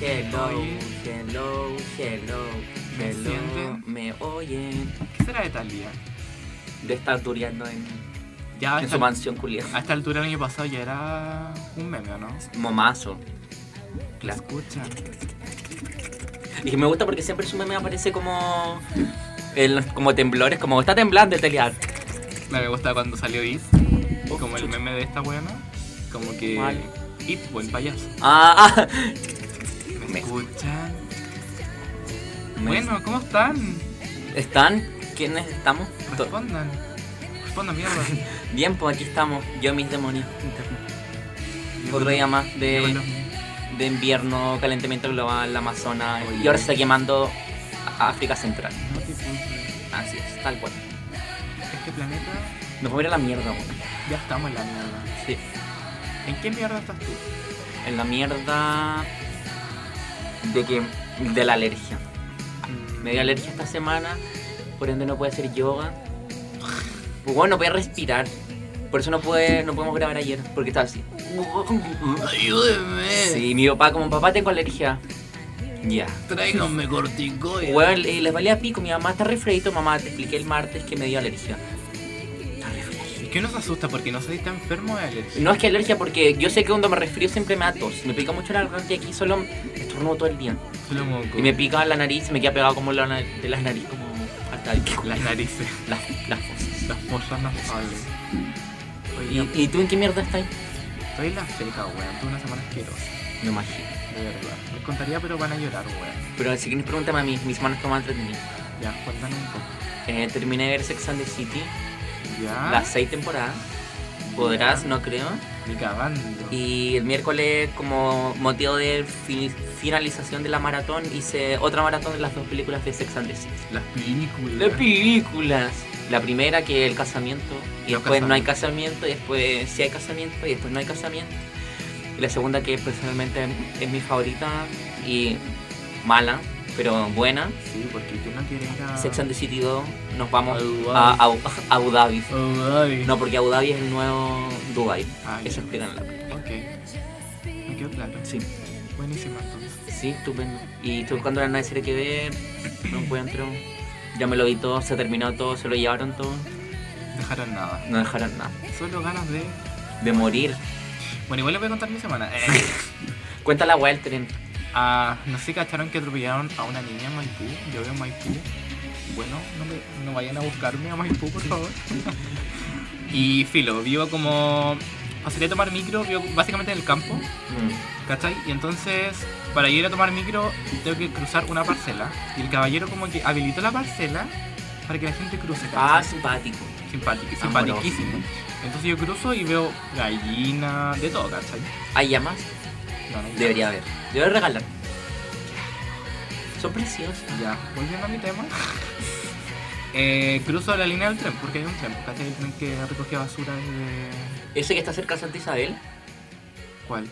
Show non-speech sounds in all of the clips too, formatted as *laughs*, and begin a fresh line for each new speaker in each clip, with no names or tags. Hello,
Me oyen.
hello, hello,
Me
hello,
sienten.
me oyen.
¿Qué será de Talía?
De estar tureando en,
Ya a
en
esta,
su mansión
a
culiada.
esta altura el año pasado ya era un meme, ¿o ¿no?
Momazo.
La
Claro.
escucha.
Y me gusta porque siempre su meme aparece como. en los- como temblores, como está temblando el Telia.
Me gusta cuando salió It,
Oh,
como el meme de esta buena. Como que.
¿Cuál?
It, o el payaso.
Ah, ah.
¿Me
Me-
escuchan? *laughs* Bueno, ¿cómo están?
¿Están? ¿Quiénes estamos? To-
Respondan. Respondan,
*laughs*
mierda.
Bien, pues aquí estamos. Yo, mis demonios internos. Otro día más de, de invierno, calentamiento global, la Amazonas.
Oye.
Y ahora se está quemando a- África Central.
No te puedo.
Así es, tal cual.
Este planeta
Nos vamos a ir a la mierda, weón.
ya estamos en la mierda.
Sí.
¿En qué mierda estás tú?
En la mierda. ¿De qué? De la alergia. Me dio alergia esta semana, por ende no pude hacer yoga. Pues bueno, no podía respirar. Por eso no pude, no podemos grabar ayer, porque estaba así.
Ayúdenme.
Sí, mi papá, como papá tengo alergia. Ya. *laughs*
Tráiganme corticoides.
Bueno, y les valía pico, mi mamá está refredito, mamá, te expliqué el martes que me dio alergia.
¿Qué nos asusta? Porque no soy tan enfermo de alergia.
No es que alergia, porque yo sé que cuando me resfrío siempre me da tos. Me pica mucho la garganta y aquí solo estornudo todo el día.
Solo moco.
Y me pica la nariz, me queda pegado como la, na- de las narices, como hasta el-
Las narices,
las, las fosas.
las fosas nasales.
¿Y,
Oye,
¿Y tú en qué mierda estás?
estoy en la feca, weón. Tuve una semana asquerosa.
Me imagino.
De verdad. Les contaría, pero van a llorar, weón.
Pero si quieres pregúntame a mí, mis manos que me han entretenido.
Ya, cuéntame un poco.
Eh, terminé de ver Sex and the City,
Ya.
las seis temporadas. Podrás, no creo.
Ni cagando.
Y el miércoles, como motivo de fi- finalización de la maratón, hice otra maratón de las dos películas de Sex and the City.
Las
¡De
películas.
películas! La primera que es el casamiento, y
Los
después no hay casamiento, y después sí hay casamiento, y después no hay casamiento. Y la segunda que personalmente es mi favorita y mala, pero buena,
sí, porque tú no quieres ir a.
Sex and the City 2, nos vamos
A Dubái.
a, a- a *laughs* Abu Dhabi.
Oh, ay.
No, porque Abu Dhabi es el nuevo Dubai.
Ah, ya.
Eso explica en la película.
Ok. Me quedó claro.
Sí,
Buenísima, entonces.
sí, estupendo. Y estoy buscando la nueva serie que ver, no encuentro. Ya me lo vi todo, se terminó todo, se lo llevaron todo.
Dejaron nada.
No dejaron nada.
Solo ganas de.
De morir.
Bueno, igual les voy a contar mi semana. Eh.
Cuenta la weá del tren.
Ah, no sé, cacharon que atropellaron a una niña en Maipú. Yo veo en Maipú. Bueno, no, me- no vayan a buscarme a Maipú, por favor. *laughs* y filo, vivo como. Pasaría a tomar micro, vivo básicamente en el campo,
Mm.
¿cachai? Y entonces, para ir a tomar micro, tengo que cruzar una parcela. Y el caballero, como que habilitó la parcela para que la gente cruce.
Ah,
¿cachai?
simpático.
Simpático, simpaticísimo. Entonces yo cruzo y veo gallina, de todo, ¿cachai?
¿Hay llamas?
No, no hay
Debería haber. Debería regalar. Son preciosos.
Ya, volviendo a mi tema. Eh, cruzo la línea del tren, porque hay un tren, ¿cachai? El tren que recoge basura desde...
Ese que está cerca de Santa Isabel.
¿Cuál?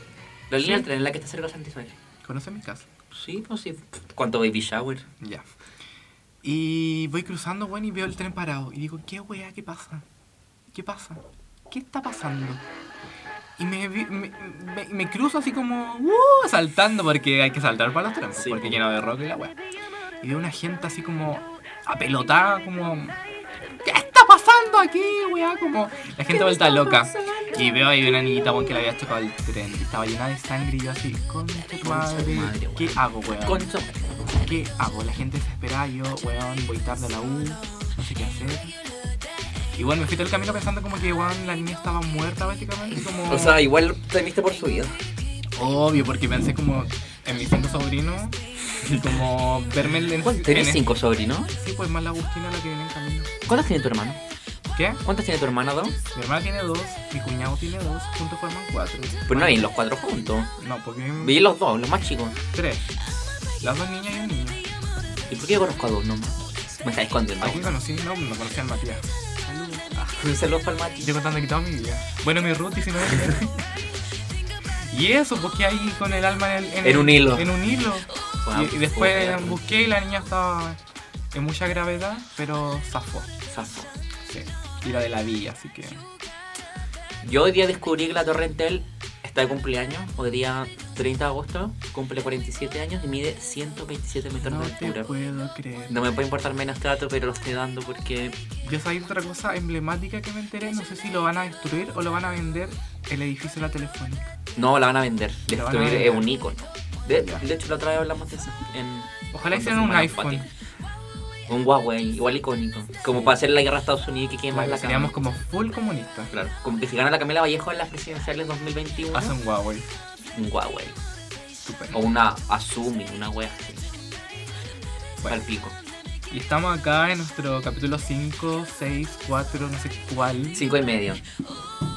La línea
Sí.
del tren, la que está cerca de Santa Isabel.
¿Conoce mi casa?
Sí, pues sí. ¿Cuánto baby shower?
Ya. Y voy cruzando, bueno, y veo el tren parado. Y digo, ¿qué weá? ¿Qué pasa? ¿Qué pasa? ¿Qué está pasando? Y me, vi- me, me- me cruzo así como, ¡uh! Saltando, porque hay que saltar para los trenes,
Sí,
porque
po.
lleno de rock y la weá. Y veo una gente así como apelotada, como, ¿qué está pasando aquí, weá? Como, la gente vuelta loca. Y veo ahí una niñita, weón, que le había chocado el tren. y Estaba llena de sangre y yo así, concha tu
Concha tu
madre,
madre,
¿qué hago, weón?
Con eso.
¿Qué hago? La gente desesperada, yo, weón, voy tarde a la U, no sé qué hacer. Y bueno, me fui todo el camino pensando como que, weón, la niña estaba muerta, básicamente, como...
O sea, igual temiste por su vida.
Obvio, porque pensé como en mis cinco sobrinos, y como verme en...
¿Cuántos
en-
¿Tienes cinco sobrinos?
Sí, pues más la Agustina la que viene en camino.
¿Cuántos tiene tu hermano?
¿Qué?
¿Cuántos tiene tu hermana, dos?
Mi hermana tiene dos, mi cuñado tiene dos, juntos forman cuatro.
Pues no vi los cuatro juntos.
No, porque...
Vi los dos, los más chicos.
Tres. Las dos niñas y un niño.
¿Y por qué yo conozco a dos nomás? Me está escondiendo.
¿A quién conocí? No, no conocí al Matías. Ah.
Un saludo para el Mati.
Yo contando aquí toda mi vida. Bueno, mi root 19 años. Y eso, busqué ahí con el alma en, el-
En
el-
un hilo.
En un hilo.
Guau, pues,
y, y después
joder.
busqué y la niña estaba en mucha gravedad, pero zafó.
Zafo.
Sí. Y la de la villa, así que.
Yo hoy día descubrí que la Torre Entel está de cumpleaños. Hoy día 30 de agosto cumple 47 años y mide 127 metros
No
de
te
altura.
puedo creer.
No me puede importar menos que dato, pero lo estoy dando porque
Yo sabía otra cosa emblemática que me enteré. No sé si lo van a destruir o lo van a vender el edificio de la telefónica.
no la van a vender.
La van a
Destruir es
vender.
un ícono. De,
Ya.
de hecho, la otra vez hablamos de eso. En,
Ojalá
cuando
hicieran un
fuimos a
iPhone.
Pati. Un Huawei, igual icónico. Como para hacer la guerra a Estados Unidos y que quede más la
Seríamos
Camila.
como full comunistas.
Claro, como que si gana la Camila Vallejo en las presidenciales 2021,
Hacen Huawei.
un Huawei.
Super.
O una Azumi, una wea así.
Bueno.
Al pico.
Y estamos acá en nuestro capítulo 5, 6, 4, no sé cuál.
Cinco y medio.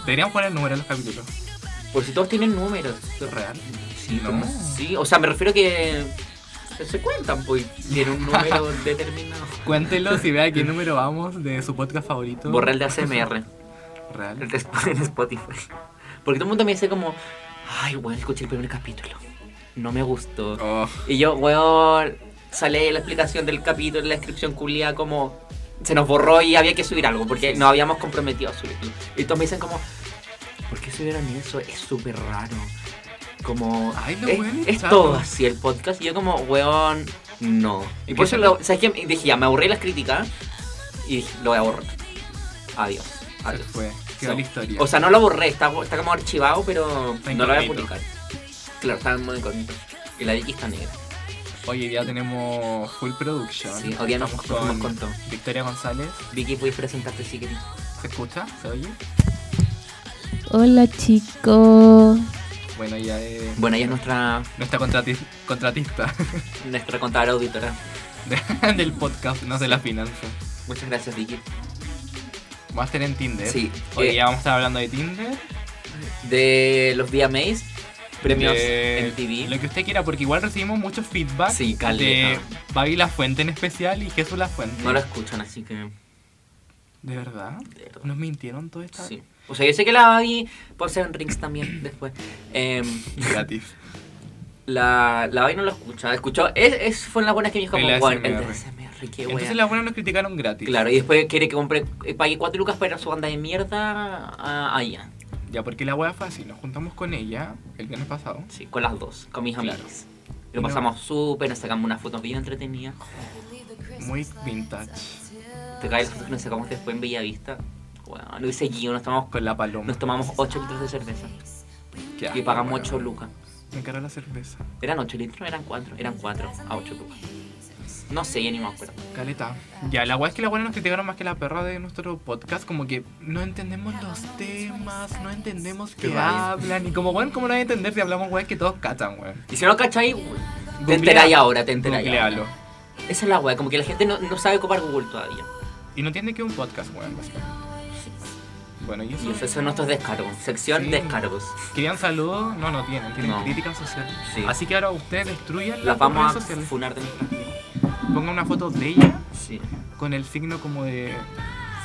Deberíamos poner número en los capítulos.
Por Pues si todos tienen números.
Esto es real.
Sí,
No.
como- sí, o sea, me refiero que se- se cuentan, pues, tiene un número determinado.
Cuéntelo si vea a
*laughs*
qué número vamos de su podcast favorito.
Borré el de ACMR, el
Real.
de Sp- *laughs* en Spotify. Porque todo el mundo me dice como, ay, weón, escuché el primer capítulo. No me gustó.
Oh,
Y yo, weón, sale la explicación del capítulo, la descripción culia, como se nos borró y había que subir algo, porque nos habíamos comprometido a subirlo. Y todos me dicen como, ¿por qué subieron eso? Es súper raro. Como,
Ay, los weones
es, es
chatos.
todo así el podcast. Y yo como, weón, no. Y
¿Y
por
qué
eso,
se-
lo, ¿sabes qué? Y Dije, ya, me aburrí las críticas y dije, lo voy a borrar. Adiós.
se
Adiós.
fue. Quedó
So-
la historia.
O sea, no lo borré, está, está como archivado, pero
Está
no lo voy a
incógnito.
publicar. Claro, está en modo incógnito. Y la Vicky está negra.
Hoy día tenemos full production.
Sí, hoy día nos
Estamos
fuimos con todo.
Victoria González.
Vicky, puedes presentarte si querés.
¿Se escucha? ¿Se oye?
Hola chicos.
Bueno, ya es
Bueno, ella es nuestra,
nuestra contrati- contratista *laughs*
nuestra contadora auditora.
de- del podcast, no de la finanza.
Muchas gracias, Vicky.
Máster en Tinder.
Sí,
Hoy
eh,
día vamos a estar hablando de Tinder.
de los VMAs, premios
de
MTV.
Eh, Lo que usted quiera, porque igual recibimos mucho feedback
Sí,
de
caleta.
Babi La Fuente en especial y Jesús La Fuente.
No lo escuchan, así que. de
¿De verdad?
verdad,
¿Nos mintieron todo esto?
Sí. O sea, yo sé que la Babi, por ser en Rings también *clears throat* después. em,
Gratis.
la, la Babi no lo escucha. Escuchó. Es, es, fue la buena que me dijo como
El
"Guau, el
ASMR.
de ASMR, *laughs* qué
Entonces
wea".
las buenas nos criticaron gratis.
Claro, y después quiere que compre, eh, pague 4 lucas para ir a su banda de mierda a- allá.
Ya, porque la wea fue así. Nos juntamos con ella el viernes pasado.
Sí, con las dos, con mis
Claro.
amigas. Lo
No.
pasamos súper, nos sacamos unas fotos bien entretenidas.
Muy vintage.
Te cae las fotos que nos sacamos después en Bellavista. Bueno, no hice guío, nos tomamos,
Con la paloma.
nos tomamos 8 litros de cerveza.
Qué
Y
asco,
pagamos
weón.
8 lucas.
Me encaró la cerveza.
¿Eran 8 litros? Eran 4. Eran 4 a 8 lucas. No sé, ya ni me acuerdo.
Caleta. Ya, la weá es que la buena nos criticaron más que la perra de nuestro podcast. Como que no entendemos los temas, no entendemos qué,
Qué rabia.
hablan. Y como, weón, ¿cómo no van a entender si hablamos weá que todos cachan, weón?
Y si no cachai, te
Googlea-
enteráis ahora, te enteráis
Googlealo.
ahora. Esa es la wea, como que la gente no, no sabe ocupar Google todavía.
Y no entiende que es un podcast, weón, básicamente. Bueno, y eso.
Y esos son nuestros descargos. Sección
Sí.
descargos.
¿Querían saludos? No, no tienen. Tienen
No.
críticas sociales.
Sí.
Así que ahora ustedes destruyan
Las vamos a
redes sociales.
funar de nuestra vida.
Pongan una foto de ella
Sí,
con el signo como de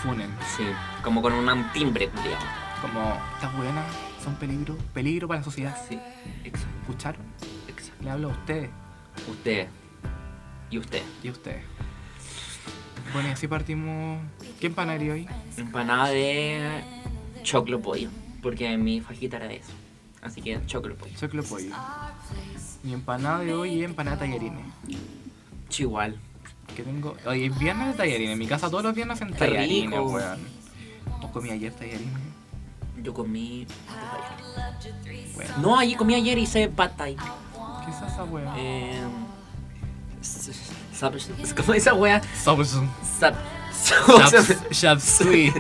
funen.
sí. Como con un timbre, digamos.
Como, estas buenas son peligro, peligro para la sociedad.
Sí, exacto,
¿Escucharon?
exacto.
Le hablo a ustedes
Usted y usted.
y a ustedes. Bueno, y así partimos. ¿Qué empanaría hoy?
Empanada de choclo pollo, porque mi fajita era de eso. Así que choclo pollo.
Choclo pollo. Mi empanada de hoy es empanada de tallarines.
Chihuahua.
Que tengo. Oye, es viernes de tallarines. En mi casa todos los viernes hacen
Qué
tallarines,
rico.
weón. O comí ayer tallarines.
Yo comí. antes de ayer.
Bueno,
No, allí comí ayer y hice pad thai.
¿qué es esa weón?
Eh, s- s- sab- ¿Cómo esa wea?
Sabsun.
Sab-
Shaps- Shapsui.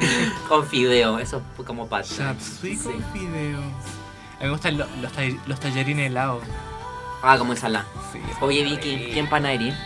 Con fideo, eso fue como pad thai.
Shapsui con
Sí.
fideo. A mí me gustan lo- los, tall- los tallarines helados.
Ah, como ensalada.
Sí.
Oye, Vicky, ¿quién panadería?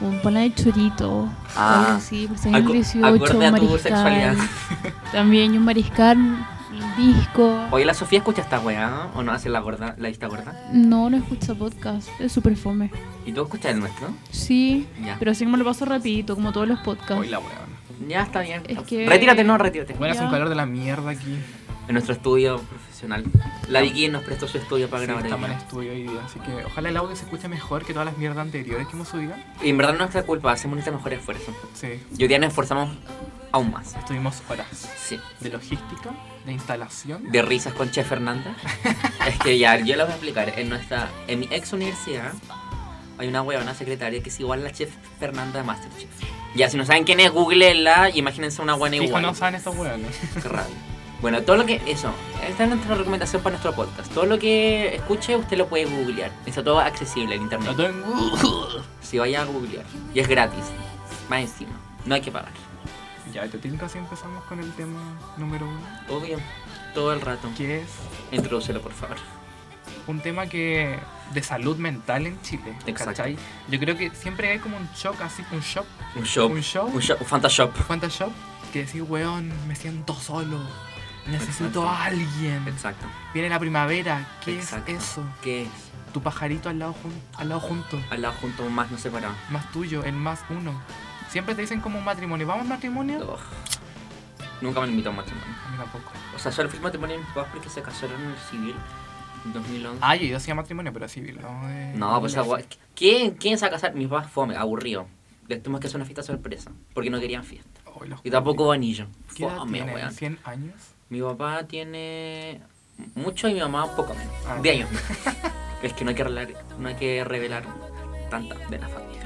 Un pana de chorito.
Ah.
algo así, por si hay un
Acu-
18,
acorde a
un
tu
mariscal.
sexualidad.
*laughs* También y un mariscal, un disco.
Oye, la Sofía escucha esta weá, ¿no? ¿o no hace la gorda, la lista gorda?
No, no escucho podcast. Es súper fome.
¿Y tú escuchas el nuestro?
Sí,
Ya.
pero así como lo paso rapidito, como todos los podcasts.
Hoy la weón.
Ya está bien.
Es que-
Retírate, no, retírate.
Bueno, hace un
Ya.
calor de la mierda aquí.
En nuestro estudio profesional. Nacional. La Vicky nos prestó su estudio para
Sí,
grabar.
estamos en
hoy
estudio hoy día, así que ojalá el audio se escuche mejor que todas las mierdas anteriores que hemos subido.
día. Y en verdad no es nuestra culpa, hacemos nuestro mejor esfuerzo.
Sí,
Y hoy día nos esforzamos aún más.
estuvimos horas
Sí.
de logística, de instalación.
De risas con
*laughs*
Che Fernanda. es que ya, yo la voy a explicar. En nuestra, en mi ex universidad, hay una huevona secretaria que es igual a la Chef Fernanda de Masterchef. Ya, si no saben quién es, googleenla y imagínense una buena
Fijo,
igual.
no saben estos hueones.
Qué rabia. Bueno, todo lo que. Eso. Esta es nuestra recomendación para nuestro podcast. Todo lo que escuche, usted lo puede googlear. Está todo accesible en
No
internet. *laughs*
tengo.
Si vaya a googlear. Y es gratis. Más encima. No hay que pagar.
Ya, te tinca si empezamos con el tema número uno,
Obvio. Todo el rato.
que es
Introducelo, por favor.
un tema que de salud mental en Chile.
Exacto.
¿cachai? Yo creo que siempre hay como un shock, así, un shock,
Un shop.
un show,
Un shop. Un Fantashop.
Fanta Shop, que decir, weón, me siento solo, necesito
Exacto.
a alguien,
Exacto.
viene la primavera, ¿qué
Exacto.
es eso?
¿Qué es?
Tu pajarito al lado, jun- al lado junto,
Al lado junto, más no separado.
más tuyo, el más uno. Siempre te dicen como un matrimonio, ¿vamos a un matrimonio?
Ugh. Nunca me lo invitó a un matrimonio.
A mí tampoco.
O sea, solo fui a matrimonio de mis papás porque se casaron en el civil en 2011.
Ah, yo yo hacía matrimonio, pero civil. No, de-
No, pues esa
de-
guay- ¿Quién, ¿Quién se va a casar? Mis papás fome, aburrido. Les tuvimos que hacer una fiesta sorpresa, porque no querían fiesta.
Ay, los
Y tampoco hubo anillo.
¿Qué edad
Fome,
tiene?
weón.
¿100 años?
Mi papá tiene mucho y mi mamá poco menos.
Ah.
10 años menos. es que no hay que revelar, no hay que revelar tanta de la familia.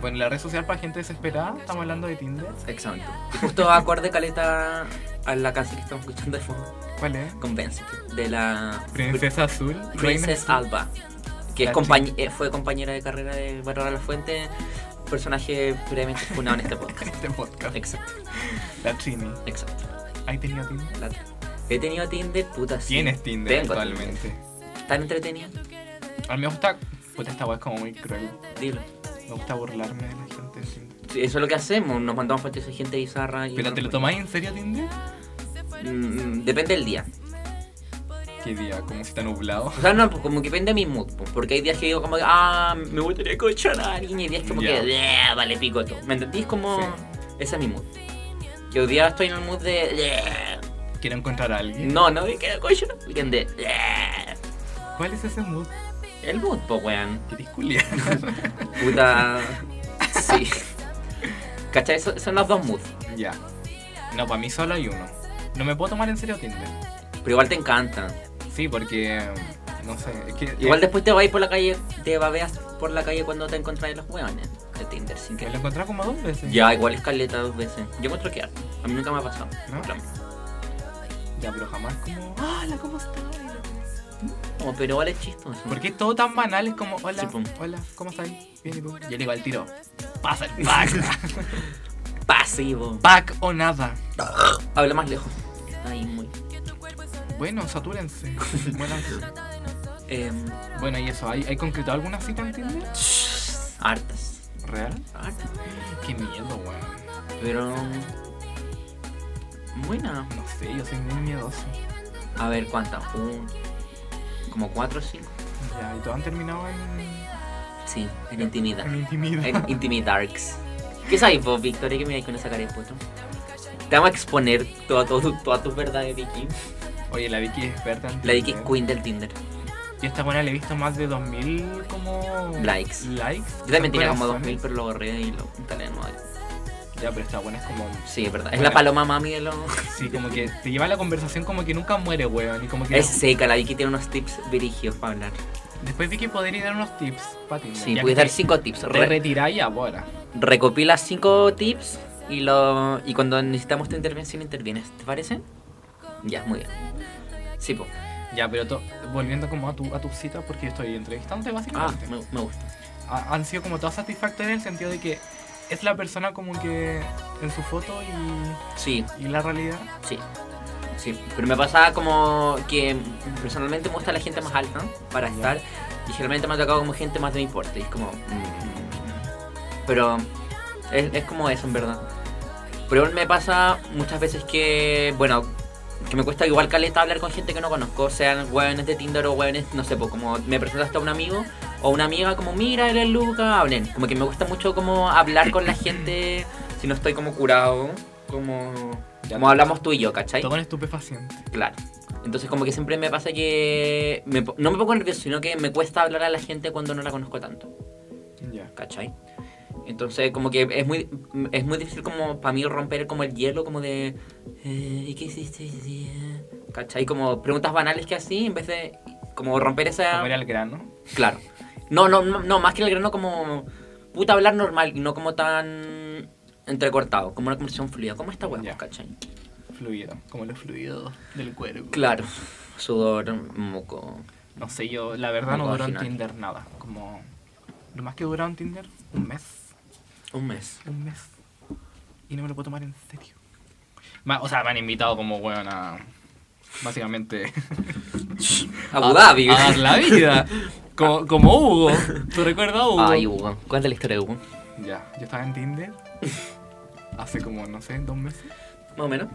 Bueno, la red social para gente desesperada, estamos hablando de Tinder.
Exacto. Y justo acorde caleta a la canción que estamos escuchando de fondo.
¿Cuál es?
Convéncete. De la
Princesa Azul.
Princess
Reina Azul.
Alba, que es
La
compañ- eh, fue compañera de carrera de Bárbara La Fuente, personaje previamente funado en este podcast.
Este podcast.
Exacto,
La Trini.
exacto.
Ahí tenía Tinder.
La- He tenido Tinder, puta sí.
Tienes Tinder
Tengo
actualmente.
Tinder. ¿Tan entretenido?
A mí me gusta. Puta, esta weá es como muy cruel.
Dilo.
Me gusta burlarme de la gente en Tinder.
Sí, eso es lo que hacemos, nos mandamos fotos de gente bizarra. Y
¿Pero te lo tomás en serio Tinder?
Mm, mm, depende del día.
¿Qué día? Como si está nublado. *laughs*
O sea, no, pues como que depende de mi mood, pues, porque hay días que digo como que, ah, me gustaría escuchar a alguien, y hay días como
Ya.
que, "Bleh, vale, pico todo. ¿Me entendís? Como,
Sí.
ese es mi mood. Que hoy día estoy en el mood de, "Bleh,
Quiero encontrar a alguien.
No, no vi que coño, no weekend de. "Eh".
¿Cuál es ese mood?
El boot, po, weón.
¿Qué disculia? *laughs*
Puta. Sí. *laughs* ¿Cachai? Eso- son los dos moods.
ya. No, para mí solo hay uno. No me puedo tomar en serio Tinder.
Pero igual te encantan.
Sí, porque. No sé. Es que,
Igual después te vas a ir por la calle, te babeas por la calle cuando te encontrás los weones de Tinder sin
Me
que.
lo encontré como dos veces.
Ya, igual escaleta dos veces. Yo encuentro que harto. A mí nunca me ha pasado.
¿No?
Claro.
Ya, pero jamás como. ¡Hola, cómo estás!
No, pero igual es chistoso.
Porque es todo tan banal, es como, hola,
Sí, pum.
hola, ¿cómo estás? Bien, ¿y tú? Yo le digo al tiro, pasa
*laughs*
el pack. *laughs*
Pasivo.
pack o nada.
Habla más lejos. Está ahí muy.
Bueno, satúrense. *laughs* bueno,
Em,
bueno, y eso, ¿hay, ¿hay concretado alguna cita en Tinder?
hartas.
¿Real?
Hartas.
Qué miedo, weón.
Pero. Buena.
No sé, yo soy muy miedoso.
A ver, ¿cuántas? Un, como cuatro o cinco.
Ya, y todos han terminado en,
Sí, en intimidad.
en intimidad.
En intimidarks. ¿Qué sabes vos, Victoria, que miráis con esa cara de puto? Te vamos a exponer toda, toda, toda tu verdad de Vicky.
Oye, la Vicky es experta en
La Vicky es
Tinder.
queen del Tinder.
Yo a esta buena le he visto más de 2000 como...
Likes.
Likes.
Yo también tenía como
Corazones.
2000, pero lo borré y lo instalé de nuevo.
Ya, pero esta buena es como...
Sí, es verdad. Es
Bueno.
la paloma mami *laughs* de los...
Sí, como que te lleva a la conversación como que nunca muere, weón. Y como que
Es seca, la Vicky tiene unos tips dirigidos para hablar.
después vi que podría dar unos tips para Tinder.
Sí,
ya
puedes
que
dar
te-
cinco tips.
Te
Re-
retiráis y ahora.
recopila cinco tips y lo y cuando necesitamos tu intervención intervienes. ¿Te parece? Ya, muy bien. Sí, po.
Ya, pero to- volviendo como a tu, a tu cita, porque yo estoy entrevistándote
Ah,
básicamente.
me, me gusta.
Ha- han sido como todas satisfactorias en el sentido de que es la persona como que en su foto y,
Sí,
y la realidad.
sí. Sí, pero me pasa como que personalmente me gusta la gente más alta para
Ya.
estar y generalmente me ha tocado como gente más de mi porte. y es como. mm. Pero es, es como eso en verdad. Pero igual me pasa muchas veces que, bueno, que me cuesta igual caleta hablar con gente que no conozco, sean hueones de Tinder o hueones, no sé, pues, como me presentaste a un amigo o una amiga como, mira, eres Luca, hablen. Como que me gusta mucho como hablar con la gente si no estoy como curado, como,
Ya,
como hablamos tú y yo, ¿cachai?
Todo en estupefaciente.
Claro. Entonces como que siempre me pasa que... me po- no me pongo nervioso, sino que me cuesta hablar a la gente cuando no la conozco tanto.
Ya.
¿Cachai? Entonces como que es muy, es muy difícil como para mí romper como el hielo, como de... eh, ¿Y qué hiciste hoy día? ¿Cachai? Como preguntas banales que así, en vez de como romper esa...
Como ir al grano.
Claro. No, no, no, no, más que el grano como puta hablar normal y no como tan entrecortado, como una conversación fluida. ¿Cómo está huevo,
Ya.
cachai?
Fluido. Como los fluidos del cuerpo.
Claro. Sudor, moco.
No sé, yo la verdad
No
no
puedo
duró en
imaginar.
Tinder nada. Como. Lo más que duró en Tinder, un mes.
Un mes.
Un mes. Y no me lo puedo tomar en serio. Ma- o sea, me han invitado como weón a. Básicamente.
Abu Dhabi.
A, a dar la vida. Como, como Hugo. ¿Tú recuerdas a Hugo?
*laughs* Ay, Hugo. Cuéntale la historia de Hugo.
Ya, yo estaba en Tinder. Hace como, no sé, dos meses.
Más o menos.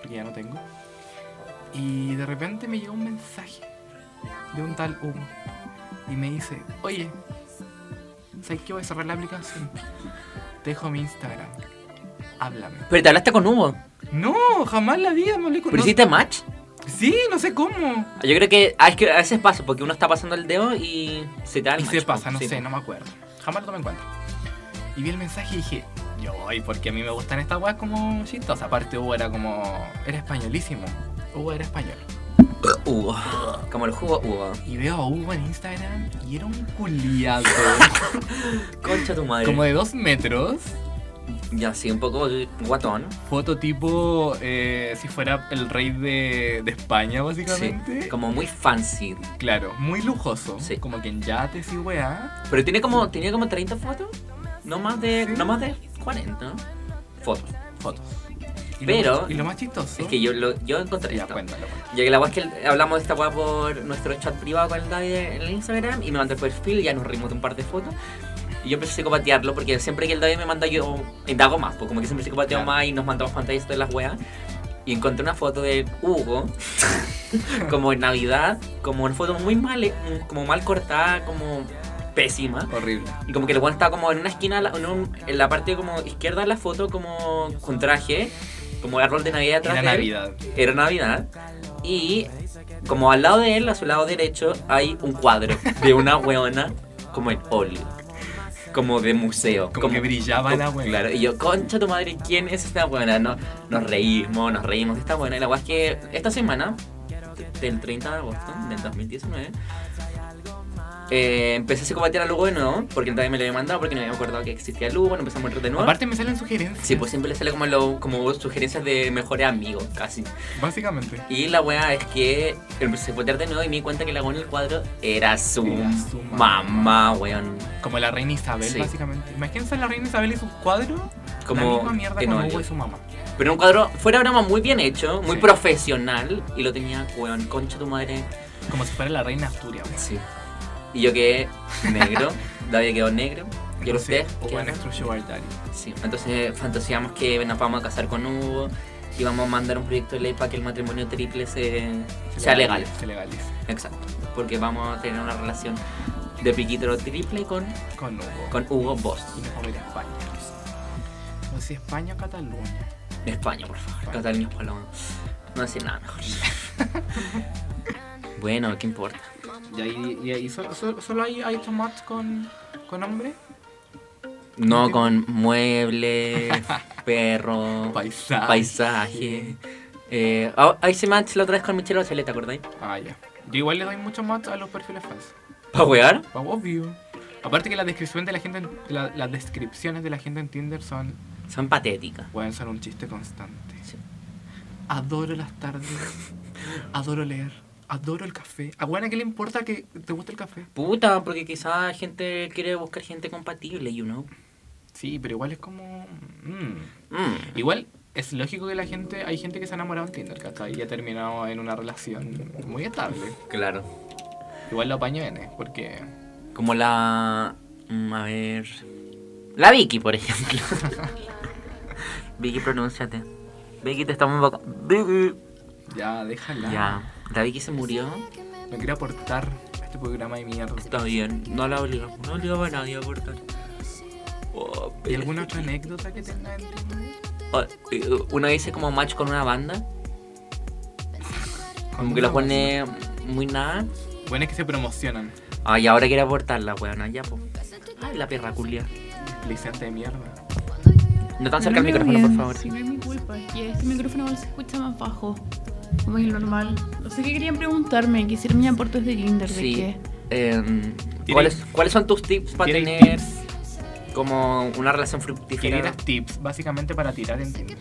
Porque ya no tengo. Y de repente me llegó un mensaje de un tal Hugo. Y me dice, oye, ¿sabes qué? Voy a cerrar la aplicación. Te dejo mi Instagram. Háblame.
Pero te hablaste con Hugo.
No, jamás la vida me hablé con
Pero
no-
hiciste match.
Sí, no sé cómo.
Yo creo que ah, es que a veces pasa porque uno está pasando el dedo y se te da el
Y
match,
se pasa,
po.
no
Sí,
sé,
po.
no me acuerdo. Jamás lo tomé en cuenta. Y vi el mensaje y dije, yo voy, porque a mí me gustan estas weas como chistosas. Aparte, Hugo era como. Era españolísimo. Hugo era español.
Hugo. Como el jugo Hugo.
Y veo a Hugo en Instagram y era un
*laughs*
culiado.
Concha tu madre.
como de dos metros.
Ya, sí, un poco guatón.
Foto tipo eh, si fuera el rey de, de España,
Sí.
básicamente.
Como muy fancy.
Claro, muy lujoso.
Sí.
Como que en yates y weá.
Pero tiene como, tiene como 30 fotos. No más de,
Sí.
no más de 40 fotos.
Fotos. Y lo
Pero-
más- y lo más chistoso.
Es que yo, lo, yo encontré
Ya,
esto.
cuéntalo, cuéntalo.
Ya que la weá es que hablamos de esta weá por nuestro chat privado con el David en el Instagram y me mandó el perfil, ya nos rimos de un par de fotos. Y yo empecé a psicopatearlo porque siempre que el David me manda yo indago más, pues como que siempre psicopateo
Claro.
más y nos mandamos pantallas de las weas. Y encontré una foto de Hugo, como en Navidad, como una foto muy mal, como mal cortada, como pésima.
Horrible.
Y como que el weón estaba como en una esquina, la- en, un- en la parte como izquierda de la foto, como con traje, como árbol de Navidad atrás
Era
de él.
Navidad.
Era Navidad. Y como al lado de él, a su lado derecho, hay un cuadro de una weona como en óleo. Como de museo.
Como, que brillaba la weá.
Claro, y yo, concha tu madre, ¿quién es esta buena? No, nos reímos, nos reímos de esta buena. Y la weá es que esta semana, del 30 de agosto del 2019, eh, empecé a psicopatear a Lugo de nuevo, porque también me lo había mandado, porque no había acordado que existía Lugo, nos empezamos a encontrar de nuevo.
Aparte me salen sugerencias.
Sí, pues siempre le sale como, lo- como sugerencias de mejores amigos, casi.
Básicamente.
Y la weá es que empecé a psicopatear de nuevo y me di cuenta que la weá en el cuadro era su,
Era su
mamá, weón.
Como la reina Isabel,
Sí.
básicamente. Imagínense la reina Isabel y sus cuadros.
Como
la misma mierda
en
con
óleo.
Hugo y su mamá.
Pero un cuadro, fuera de broma, muy bien hecho, muy
Sí.
profesional. Y lo tenía, weón, concha tu madre.
Como si fuera la reina Asturias. weón.
Sí. Y yo quedé
*laughs*
negro. David quedó negro. Yo los
Sí,
tres
O
quedaron-
bueno, nuestro Sugar Daddy.
Sí. Entonces fantaseamos que nos vamos a casar con Hugo. Y vamos a mandar un proyecto de ley para que el matrimonio triple se, sea legal.
Se legalice.
Exacto. Porque vamos a tener una relación de piquito triple con,
Con Hugo.
con Hugo Boss.
Y nos vamos a ir a España. No sé si España o Cataluña.
De España, por favor.
España.
Cataluña es paloma. No decir nada *laughs* mejor. bueno, ¿qué importa?
Y ahí, y ahí solo, solo- solo hay, hay tomates con, con hombre.
No con *laughs* muebles, perro,
Paisaje.
paisaje. Eh, ah, ahí se match la otra vez con Michelle Bachelet, ¿te acordáis?
Ah, ya. Yo igual le doy mucho más a los perfiles falsos.
¿Para wear?
Pa' Obvio. Aparte que la descripción de la gente, en- la- las descripciones de la gente en Tinder son,
Son patéticas.
pueden ser un chiste constante.
Sí.
Adoro las *laughs* tardes, adoro leer, adoro el café. ¿A buena qué le importa que te guste el café?
Puta, porque quizás gente quiere buscar gente compatible, you know.
Sí, pero igual es como... mm.
Mm.
Igual es lógico que la gente, hay gente que se ha enamorado en Tinder, ¿cachai? Y ha terminado en una relación muy estable.
Claro.
Igual lo apaño N, porque...
Como la... mm, a ver... La Vicky, por ejemplo.
*laughs*
Vicky, pronúnciate. Vicky, te estamos... vaca- Vicky.
Ya, déjala.
Ya. La Vicky se murió.
No quiero aportar a este programa de mierda.
Está bien, no la obligamos, no obligamos a nadie a abortar. Oh,
¿Y
pero-
alguna otra anécdota que tenga en Tinder?
Oh, eh, Una vez hice como match con una banda. Como que los pone muy nada.
Bueno, es que se promocionan.
Ay, ahora quiere abortar la weona, ya po. Ay, la perra culia.
Licente de mierda.
No tan cerca
No
al
me
micrófono, por
odien,
favor.
Si no es mi culpa, es que este micrófono igual se escucha más bajo, como es normal. No sé qué querían preguntarme, que hicieron mi aportes de Tinder, de
Sí.
qué.
Em,
Tiene-
¿cuáles, ¿Cuáles son tus tips para
¿Quieres
tener
tips?
como una relación fructífera?
¿Quieres tips? Básicamente para tirar en Tinder.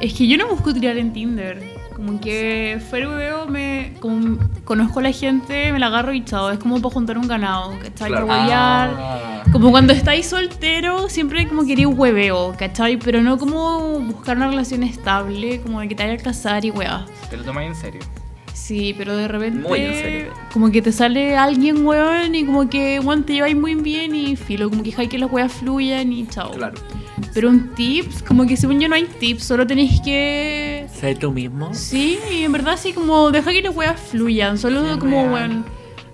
Es que yo no busco tirar en Tinder. Como que fuera y veo, me, como conozco a la gente, me la agarro y chao. Es como para juntar un ganado, ¿cachai?
Claro.
Para huevear.
Ah.
Como cuando estáis soltero, siempre como queréis hueveo, ¿cachai? Pero no como buscar una relación estable, como de que te vaya a casar y weas.
Te lo tomas en serio.
Sí, pero de repente.
Muy en serio.
Como que te sale alguien, weón, y como que, weón, te lleváis muy bien y filo, como que hay que las weas fluyan y chao.
Claro.
Pero un tips, como que según yo no hay tips, solo tenéis que.
¿Sabes tú mismo?
Sí, y en verdad sí, como deja que las weas fluyan, solo
Es
como,
real.
weón.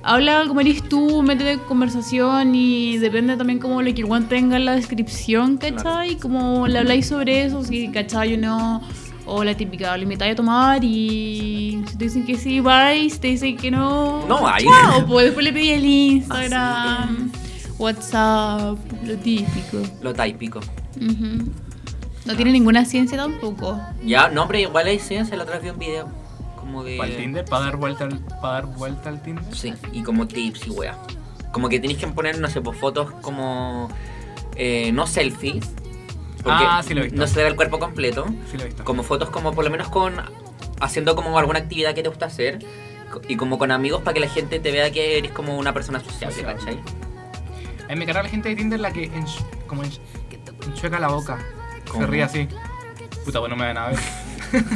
Habla como eres tú, métete en conversación y depende también como lo que el weón tenga en la descripción, ¿cachai? Como le habláis sobre eso, si cachai o no. O la típica, lo invitáis a tomar y si te dicen que sí, vais, si te dicen que no.
No hay. Ah,
chao, pues después le pedí el Instagram, WhatsApp, lo típico.
*laughs* Lo típico.
Ujú. No tiene ninguna ciencia tampoco.
Ya, no, hombre, igual hay ciencia, la otra vez vi un video. Como de.
¿Para el Tinder? ¿Para dar vuelta al, para dar vuelta al Tinder?
Sí, y como tips y wea. Como que tenéis que poner, no sé, pues fotos como. eh, no selfies. porque
Ah, sí lo he visto.
No se ve el cuerpo completo.
Sí, lo he visto.
Como fotos, como por lo menos con. Haciendo como alguna actividad que te gusta hacer. co- Y como con amigos para que la gente te vea que eres como una persona sociable,
Sociable.
¿cachai?
A mí me carga la gente de Tinder la que ench- como ench- enchueca la boca.
¿Cómo?
Se ríe así. Puta, bueno, me van a ver.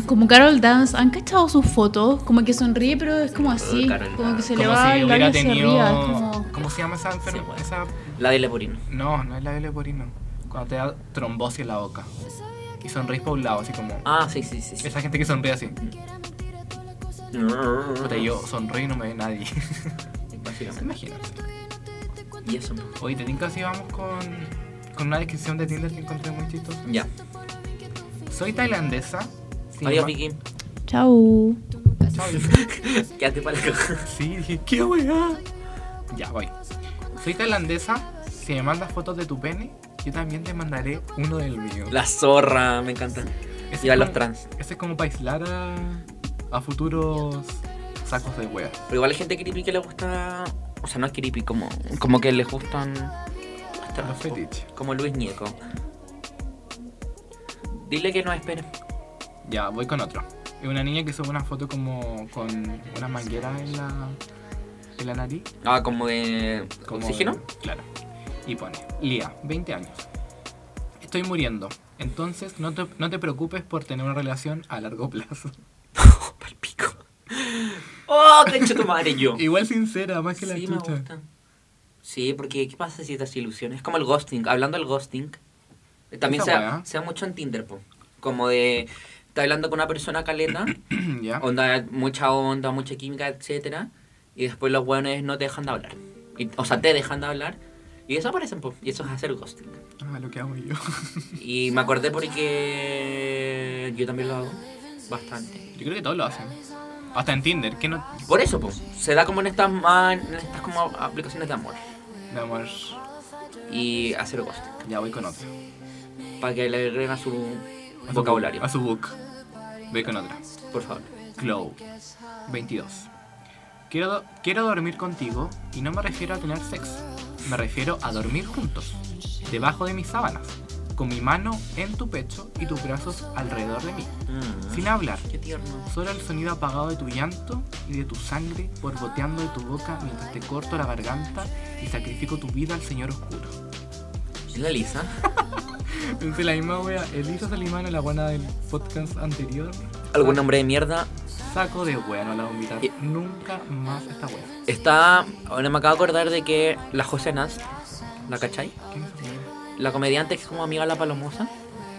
Como Carol Dance, ¿han cachado sus fotos? Como que sonríe, pero es como así.
Carol
como que se le
Como
va
si
el labio
hubiera
hacia arriba. Es
tenido.
como...
¿Cómo se llama esa
Sí,
enfermedad?
bueno.
Esa...
La de Lepurino.
No, no es la de leporino. Cuando te da trombosis en la boca. Y sonreís por un lado, así como.
Ah, sí, sí, sí. sí.
Esa gente que sonríe así. Puta, yo sonrío y no me ve nadie. *laughs*
Básicamente.
Imagínate.
Y eso.
Oye, te tinca si vamos con, con una descripción de Tinder que encontré muy chistosa.
Ya.
Soy tailandesa. sin
Adiós,
ma-
Vicky.
Chau.
Chao, yo-
Quédate para la caja.
Sí, dije, qué weá. Ya, voy. Soy tailandesa. Si me mandas fotos de tu pene, yo también te mandaré uno del mío.
*laughs* La zorra, me encanta.
Ese
Y a
es
los
como-
trans.
Ese es como para aislar a, a futuros sacos de weas.
Pero igual hay gente creepy que le gusta. O sea, no es creepy, como, como que les gustan. hasta
Los fetiches.
Como Luis Ñeco. Dile que no espere.
Ya, voy con otro. Es una niña que sube una foto como con una manguera en la, en la nariz.
Ah, como de.
Como
¿Oxígeno?
Claro. Y pone, Lía, 20 años. Estoy muriendo. Entonces no te, no te preocupes por tener una relación a largo *laughs* plazo.
Pal pico. *laughs* ¡Oh, concha tu madre yo!
Igual sincera, más que la
Sí, me
chucha.
gusta. Sí, porque ¿qué pasa si te haces ilusiones? Es como el ghosting. Hablando del ghosting, eh, también
Esa
se da,
weá.
se da mucho en Tinder, po. Como de. Está hablando con una persona caleta,
*clears throat* *coughs* ya.
onda, mucha onda, mucha química, etcétera Y después los weones no te dejan de hablar. Y- o sea, te dejan de hablar y desaparecen, po. Y eso es hacer ghosting.
Ah, lo que hago yo. *laughs*
Y me acordé porque yo también lo hago bastante.
Yo creo que todos lo hacen. Hasta en Tinder, que no.
Por eso, pues, se da como en estas, man- en estas como aplicaciones de amor
Mi amor,
y hacer ghosting.
Ya voy con otro.
para que le agreguen a su
A su-
vocabulario,
A su book. Voy con otra.
por favor.
Glow. 22. Quiero, do- quiero dormir contigo y no me refiero a tener sexo. Me refiero a dormir juntos, debajo de mis sábanas, con mi mano en tu pecho y tus brazos alrededor de mí, sin hablar.
Qué tierno.
Solo el sonido apagado de tu llanto y de tu sangre borboteando de tu boca mientras te corto la garganta y sacrifico tu vida al señor oscuro.
¿Es la Lisa?
Pensé la misma wea, Elisa Salimano, la buena del podcast anterior.
Algún nombre de mierda.
Saco de wea, no la voy a invitar
Y-
nunca más a esta wea.
Está. Ahora me acabo de acordar de que la José Nas, ¿la cachai?
¿Quién es esa wea?
La comediante que es como amiga de la Palomosa.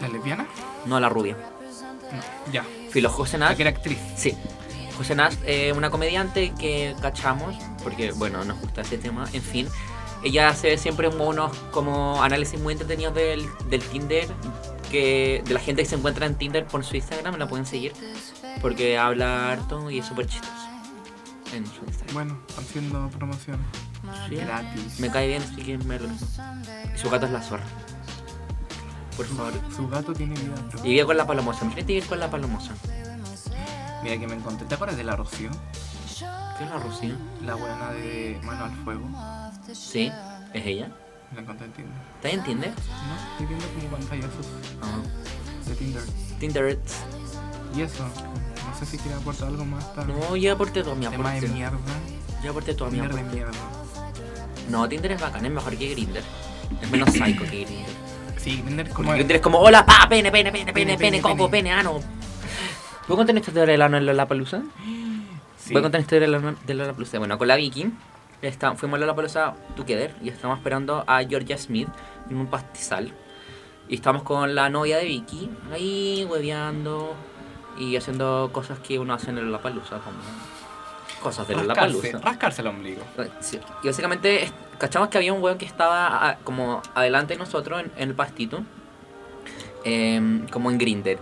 ¿La lesbiana?
No, la rubia.
No, ya.
Filo, José
La
Nas.
que era actriz.
Sí. José Nas, eh, una comediante que cachamos, porque bueno, nos gusta ese tema, en fin. Ella hace siempre unos como análisis muy entretenidos del, del Tinder, que, de la gente que se encuentra en Tinder por su Instagram, la pueden seguir. porque habla harto y es súper chistoso. En su Instagram.
Bueno, haciendo promoción.
Sí.
Gratis.
Me cae bien, así que me lo Y su gato es la zorra. Por favor.
Su gato tiene vida propia.
Y vive con la palomosa. Imagínate vivir con la palomosa.
Mira que me encontré. ¿Te acuerdas de la Rocío?
¿Qué es la Rocío?
La buena de Mano al Fuego.
Sí, es ella.
La encontré en Tinder.
¿Te entiendes?
No, estoy viendo como pantallazos
Ah.
de Tinder.
Tinder.
Y eso. No sé si quiere aportar algo más. tal.
No, ya aporté todo mi
Tema de
aporte.
mierda.
Ya aporté todo mi
Tinder de
aporte.
mierda.
No, Tinder es bacán, es mejor que Grindr.
*coughs*
Es menos psycho que Grindr.
Sí, Tinder como.
Porque Grindr es como, hola, pa, pene, pene, pene, pene,
Pene,
pene,
pene,
coco,
pene.
pene, ano. ¿Puedo contar esta historia de la, la, la palusa?
Sí.
Voy a contar la historia de la, de la Lollapalooza. Bueno, con la Vicky está- fuimos a la Lollapalooza Together y estábamos esperando a Georgia Smith en un pastizal. Y estábamos con la novia de Vicky ahí hueveando y haciendo cosas que uno hace en el Lollapalooza. Como cosas de
rascarse,
Lollapalooza.
rascarse el ombligo.
Sí. Y básicamente es- cachamos que había un weón que estaba a- como adelante de nosotros en, en el pastito, em, como en Grinder.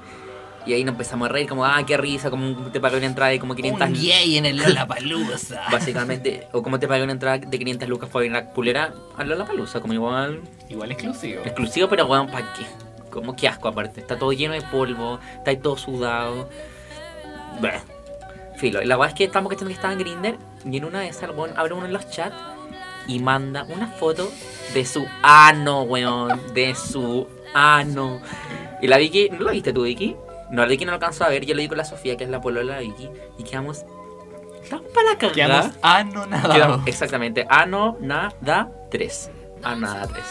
Y ahí nos empezamos a reír, como, ah, qué risa, como te pagó una entrada de como 500
Un gay en el Lollapalooza.
Básicamente, o como te pagué una entrada de 500 lucas para venir a culera a la palusa, como igual
Igual exclusivo.
exclusivo, pero weón, ¿para qué? Como que asco aparte, está todo lleno de polvo, está ahí todo sudado. Bleh. Filo, y la verdad es que estamos cachando que estaba en Grinder y en una de esas, el weón, abre uno en los chats y manda una foto de su ano, weón, de su ano. Y la Vicky, ¿no la viste tú, Vicky? No, la Vicky no lo alcanzó a ver, yo lo vi con la Sofía, que es la polola de la Vicky, y quedamos tan para la cagada.
Quedamos
Ah,
anonadados.
Queda- exactamente. Ano, nada, 3. A nada, 3.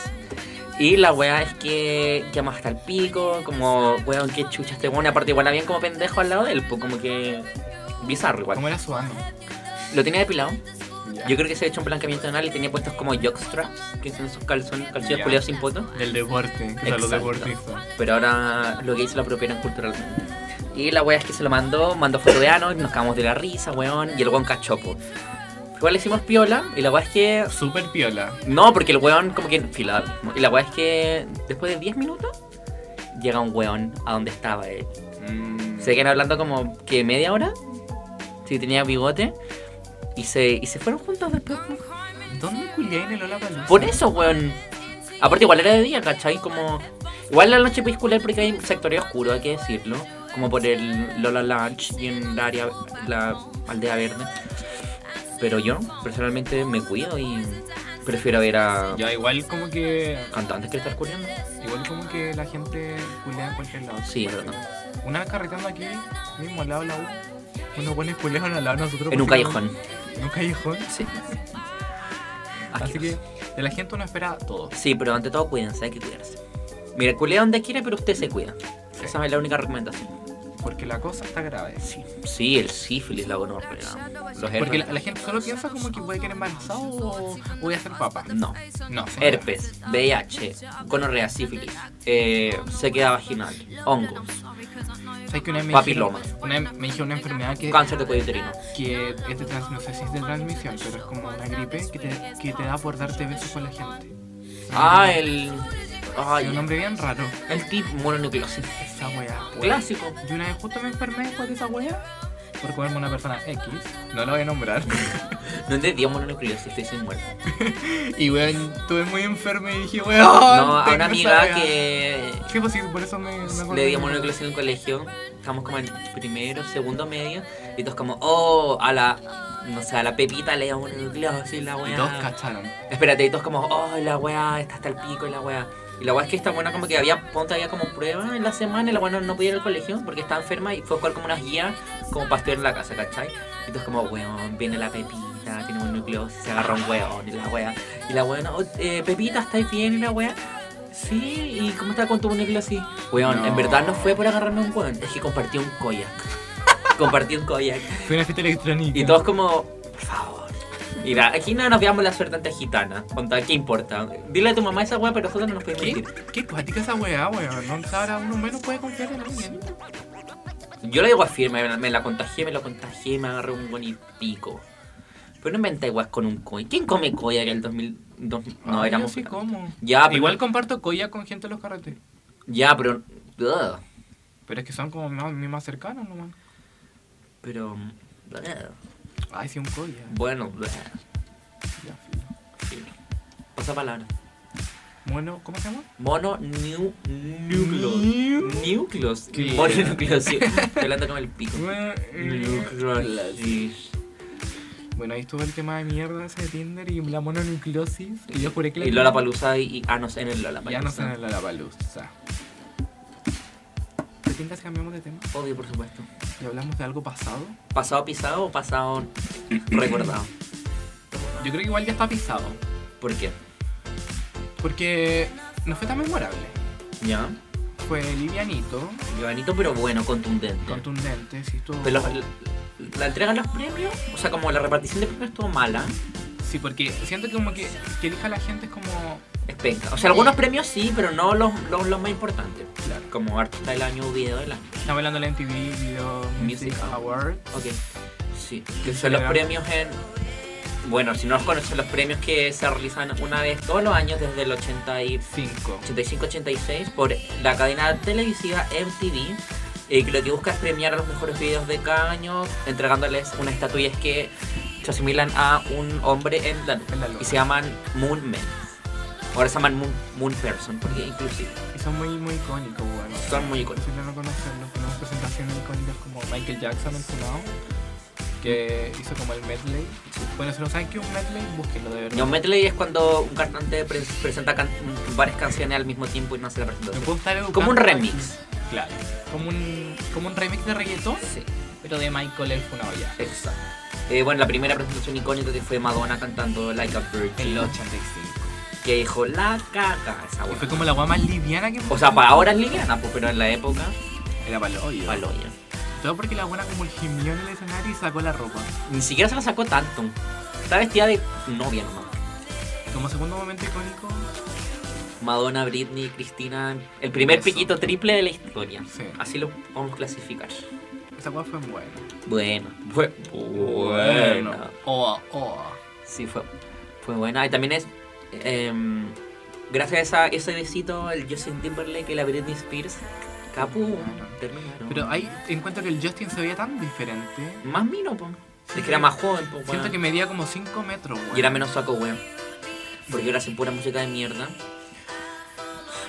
Y la wea es que llamas hasta el pico, como, weón, qué chucha este weón. Y Aparte, igual bien como pendejo al lado de él, pues como que. Bizarro igual.
¿Cómo era su ano?
Lo tenía depilado.
Ya.
Yo creo que se ha hecho un blanqueamiento anal y tenía puestos como jockstraps, que son esos calzones, calzones
Ya.
culiados sin poto.
Del deporte, que son los
Exacto.
deportistas.
Pero ahora lo que hizo lo apropiaron culturalmente. Y la wea es que se lo mandó, mandó foto de ano, nos cagamos de la risa, weón, y el weón cachopo. Igual le hicimos piola, y la wea es que
Super piola.
No, porque el weón como que fila. Y la weá es que después de 10 minutos llega un weón a donde estaba él.
Mm.
Se quedan hablando como que media hora. Si tenía bigote. Y se, y se fueron juntos después.
¿Dónde culiáis en el Lollapalooza?
Por eso, weón. Aparte igual era de día, ¿cachai? Como... Igual la noche podéis culiar porque hay sectores oscuros, hay que decirlo. Como por el Lola Lunch y en la área, la aldea verde. Pero yo personalmente me cuido y prefiero ver a
Ya, igual como que.
cantantes que estar culiando.
Igual como que la gente culea en cualquier lado.
Sí, es verdad.
Una vez carreteando aquí, mismo al lado de la U, unos buenos culearon al lado de nosotros.
En un
porque-
callejón.
En un callejón.
Sí. Ah,
Así que de la gente uno espera todo.
Sí, pero ante todo cuídense, hay que cuidarse. Mira, culea donde quiera, pero usted se cuida. Esa es la única recomendación.
Porque la cosa está grave.
Sí, sí el sífilis, la gonorrea. Los
Porque la,
herpes.
la gente solo piensa como que voy a quedar embarazado o voy a ser papá.
No.
No, señora.
Herpes, VIH, gonorrea, sífilis, eh, sequedad vaginal, hongos,
¿Sabes que una vez me
Papiloma.
dijeron- una vez me dijeron una enfermedad que,
cáncer de cuello uterino.
que es de trans- no sé si es de transmisión, pero es como una gripe que te, que te da por darte besos con la gente.
Ah, el. Ay,
Es un nombre bien raro.
el tip mononucleosis.
Esa weá.
Clásico.
Y una vez justo me enfermé después de esa wea por comerme una persona X, no la voy a
*laughs*
nombrar.
No entendí mononucleosis, estoy sin muerto.
Y weón, estuve muy enfermo y dije, weón.
Ah, No, a
tengo esa
una amiga
wea".
que
Sí, pues sí, por eso me. me acordé.
Le dimos una clase en el colegio, estamos como en primero, segundo medio, y todos como, oh, a la, no sé, a la Pepita le dimos una y la
Y todos
weá.
cacharon.
Espérate, y todos como, oh, la weá, está hasta el pico, y la weá. Y la weá es que esta buena como que había, ponte, había como prueba en la semana, y la weá no, no podía ir al colegio porque estaba enferma y fue a jugar como unas guías, como para estudiar en la casa, ¿cachai? Y todos como, weón, viene la Pepita, tiene un núcleo, se agarra un weón, y la weá. Y la weá, no, eh, Pepita, ¿estáis bien? Y la weá. Sí, ¿y cómo está con tu núcleo así? Weón,
No.
en verdad no fue por agarrarme un weón, es que compartí un koyak. *laughs* compartí un koyak.
Fue una fiesta electrónica.
Y todos como, por favor. Mira, aquí no nos veamos la suerte ante gitana. Conta, ¿qué importa? Dile a tu mamá esa weá, pero nosotros no nos podemos
¿Qué?
mentir.
¿Qué cuática esa weá, weón? No ahora uno menos puede confiar en alguien.
Yo lo digo a firme, me, me la contagié, me la contagié, me agarré un buen y pico. Pero no inventa igual con un coy. ¿Quién come coy en el 2000? dos- no,
Ay,
éramos.
Ah, Yo sí como.
Ya, pero-
Igual comparto coya con gente en los carretes.
Ya, pero. ugh.
Pero es que son como más, mis más cercanos nomás.
Pero.
Ay, sí, un colla.
Bueno,
Ya, filo.
Esa palabra.
Bueno, ¿cómo se llama?
Mono new,
Niu-
núcleos. Núcleos.
Claro. *laughs*
Mononucleosis. Estoy hablando con el pico. eh, Nucleosis.
Bueno, ahí estuvo el tema de mierda ese de Tinder y la mononucleosis. Que yo juré que la
Y Lola Palusa y Anos en el Lola
Ya no sé en la baluza. ¿Te tinca si cambiamos de tema?
Obvio, por supuesto.
¿Y hablamos de algo pasado?
¿Pasado pisado o pasado *clears throat* recordado?
Yo creo que igual ya está pisado.
¿Por qué?
Porque no fue tan memorable.
Ya.
Fue livianito,
Giovanito, pero bueno, contundente.
contundente, sí estuvo...
Pero los- la, la entrega de los premios, o sea, como la repartición de premios estuvo mala,
Sí, porque siento que como que, que elija a la gente es como...
es penca. O sea, algunos premios sí, pero no los, los, los más importantes.
Claro.
Como artista del año, video del año.
Estamos hablando de la MTV Video Music,
Music
Award.
Ok. Sí.
Que
Que son los
celebran-
premios en. Bueno, si no los conocen, los premios que se realizan una vez todos los años desde el 80 y
5.
85-86 por la cadena televisiva MTV. eh, que lo que busca es premiar a los mejores videos de cada año, entregándoles unas estatuillas que se asimilan a un hombre en la
En la
luna.
luna.
Y se llaman Moon Men. Ahora se llaman Moon, Moon Person, porque inclusive
Y son muy, muy icónicos, bueno.
son muy icónicos.
Si no lo conocen, los tenemos presentaciones icónicas como Michael Jackson mencionado, que hizo como el medley. Bueno, si no saben qué es un medley, búsquenlo de verdad.
Y un medley es cuando un cantante pre- presenta can- varias canciones al mismo tiempo y no hace la
Me
presentación.
puedo estar educando
Como un
aquí.
remix.
Claro. Como un, como un remix de reggaetón,
Sí,
pero de Michael el Funaoya.
exacto. Eh, bueno, la primera presentación icónica que fue Madonna cantando Like a
En
Virgin.
el 85.
que dijo la caca esa
Y
hueá.
fue como la guapa más liviana que
O sea, para ahora es liviana, pues, pero en la época,
Era paloyo.
paloya.
Todo porque la buena como el gimió en el escenario y sacó la ropa.
Ni siquiera se la sacó tanto. Está vestida de novia nomás.
Como segundo momento icónico,
Madonna, Britney, Cristina. El primer
Eso.
piquito triple de la historia.
Sí.
Así lo podemos clasificar.
esa guapa fue buena.
Bueno. Fue buena.
Oa, oa.
Sí, fue, fue buena. Y también es. em, gracias a esa- ese besito, el Justin Timberlake y la Britney Spears. Capu. Terminaron.
Pero ahí encuentro que el Justin se veía tan diferente.
Más mino, po. Es que era más joven, po.
Siento
weón.
que medía como 5 metros, weón.
Y
*laughs*
era menos saco, weón. Porque ahora hacen pura música de mierda.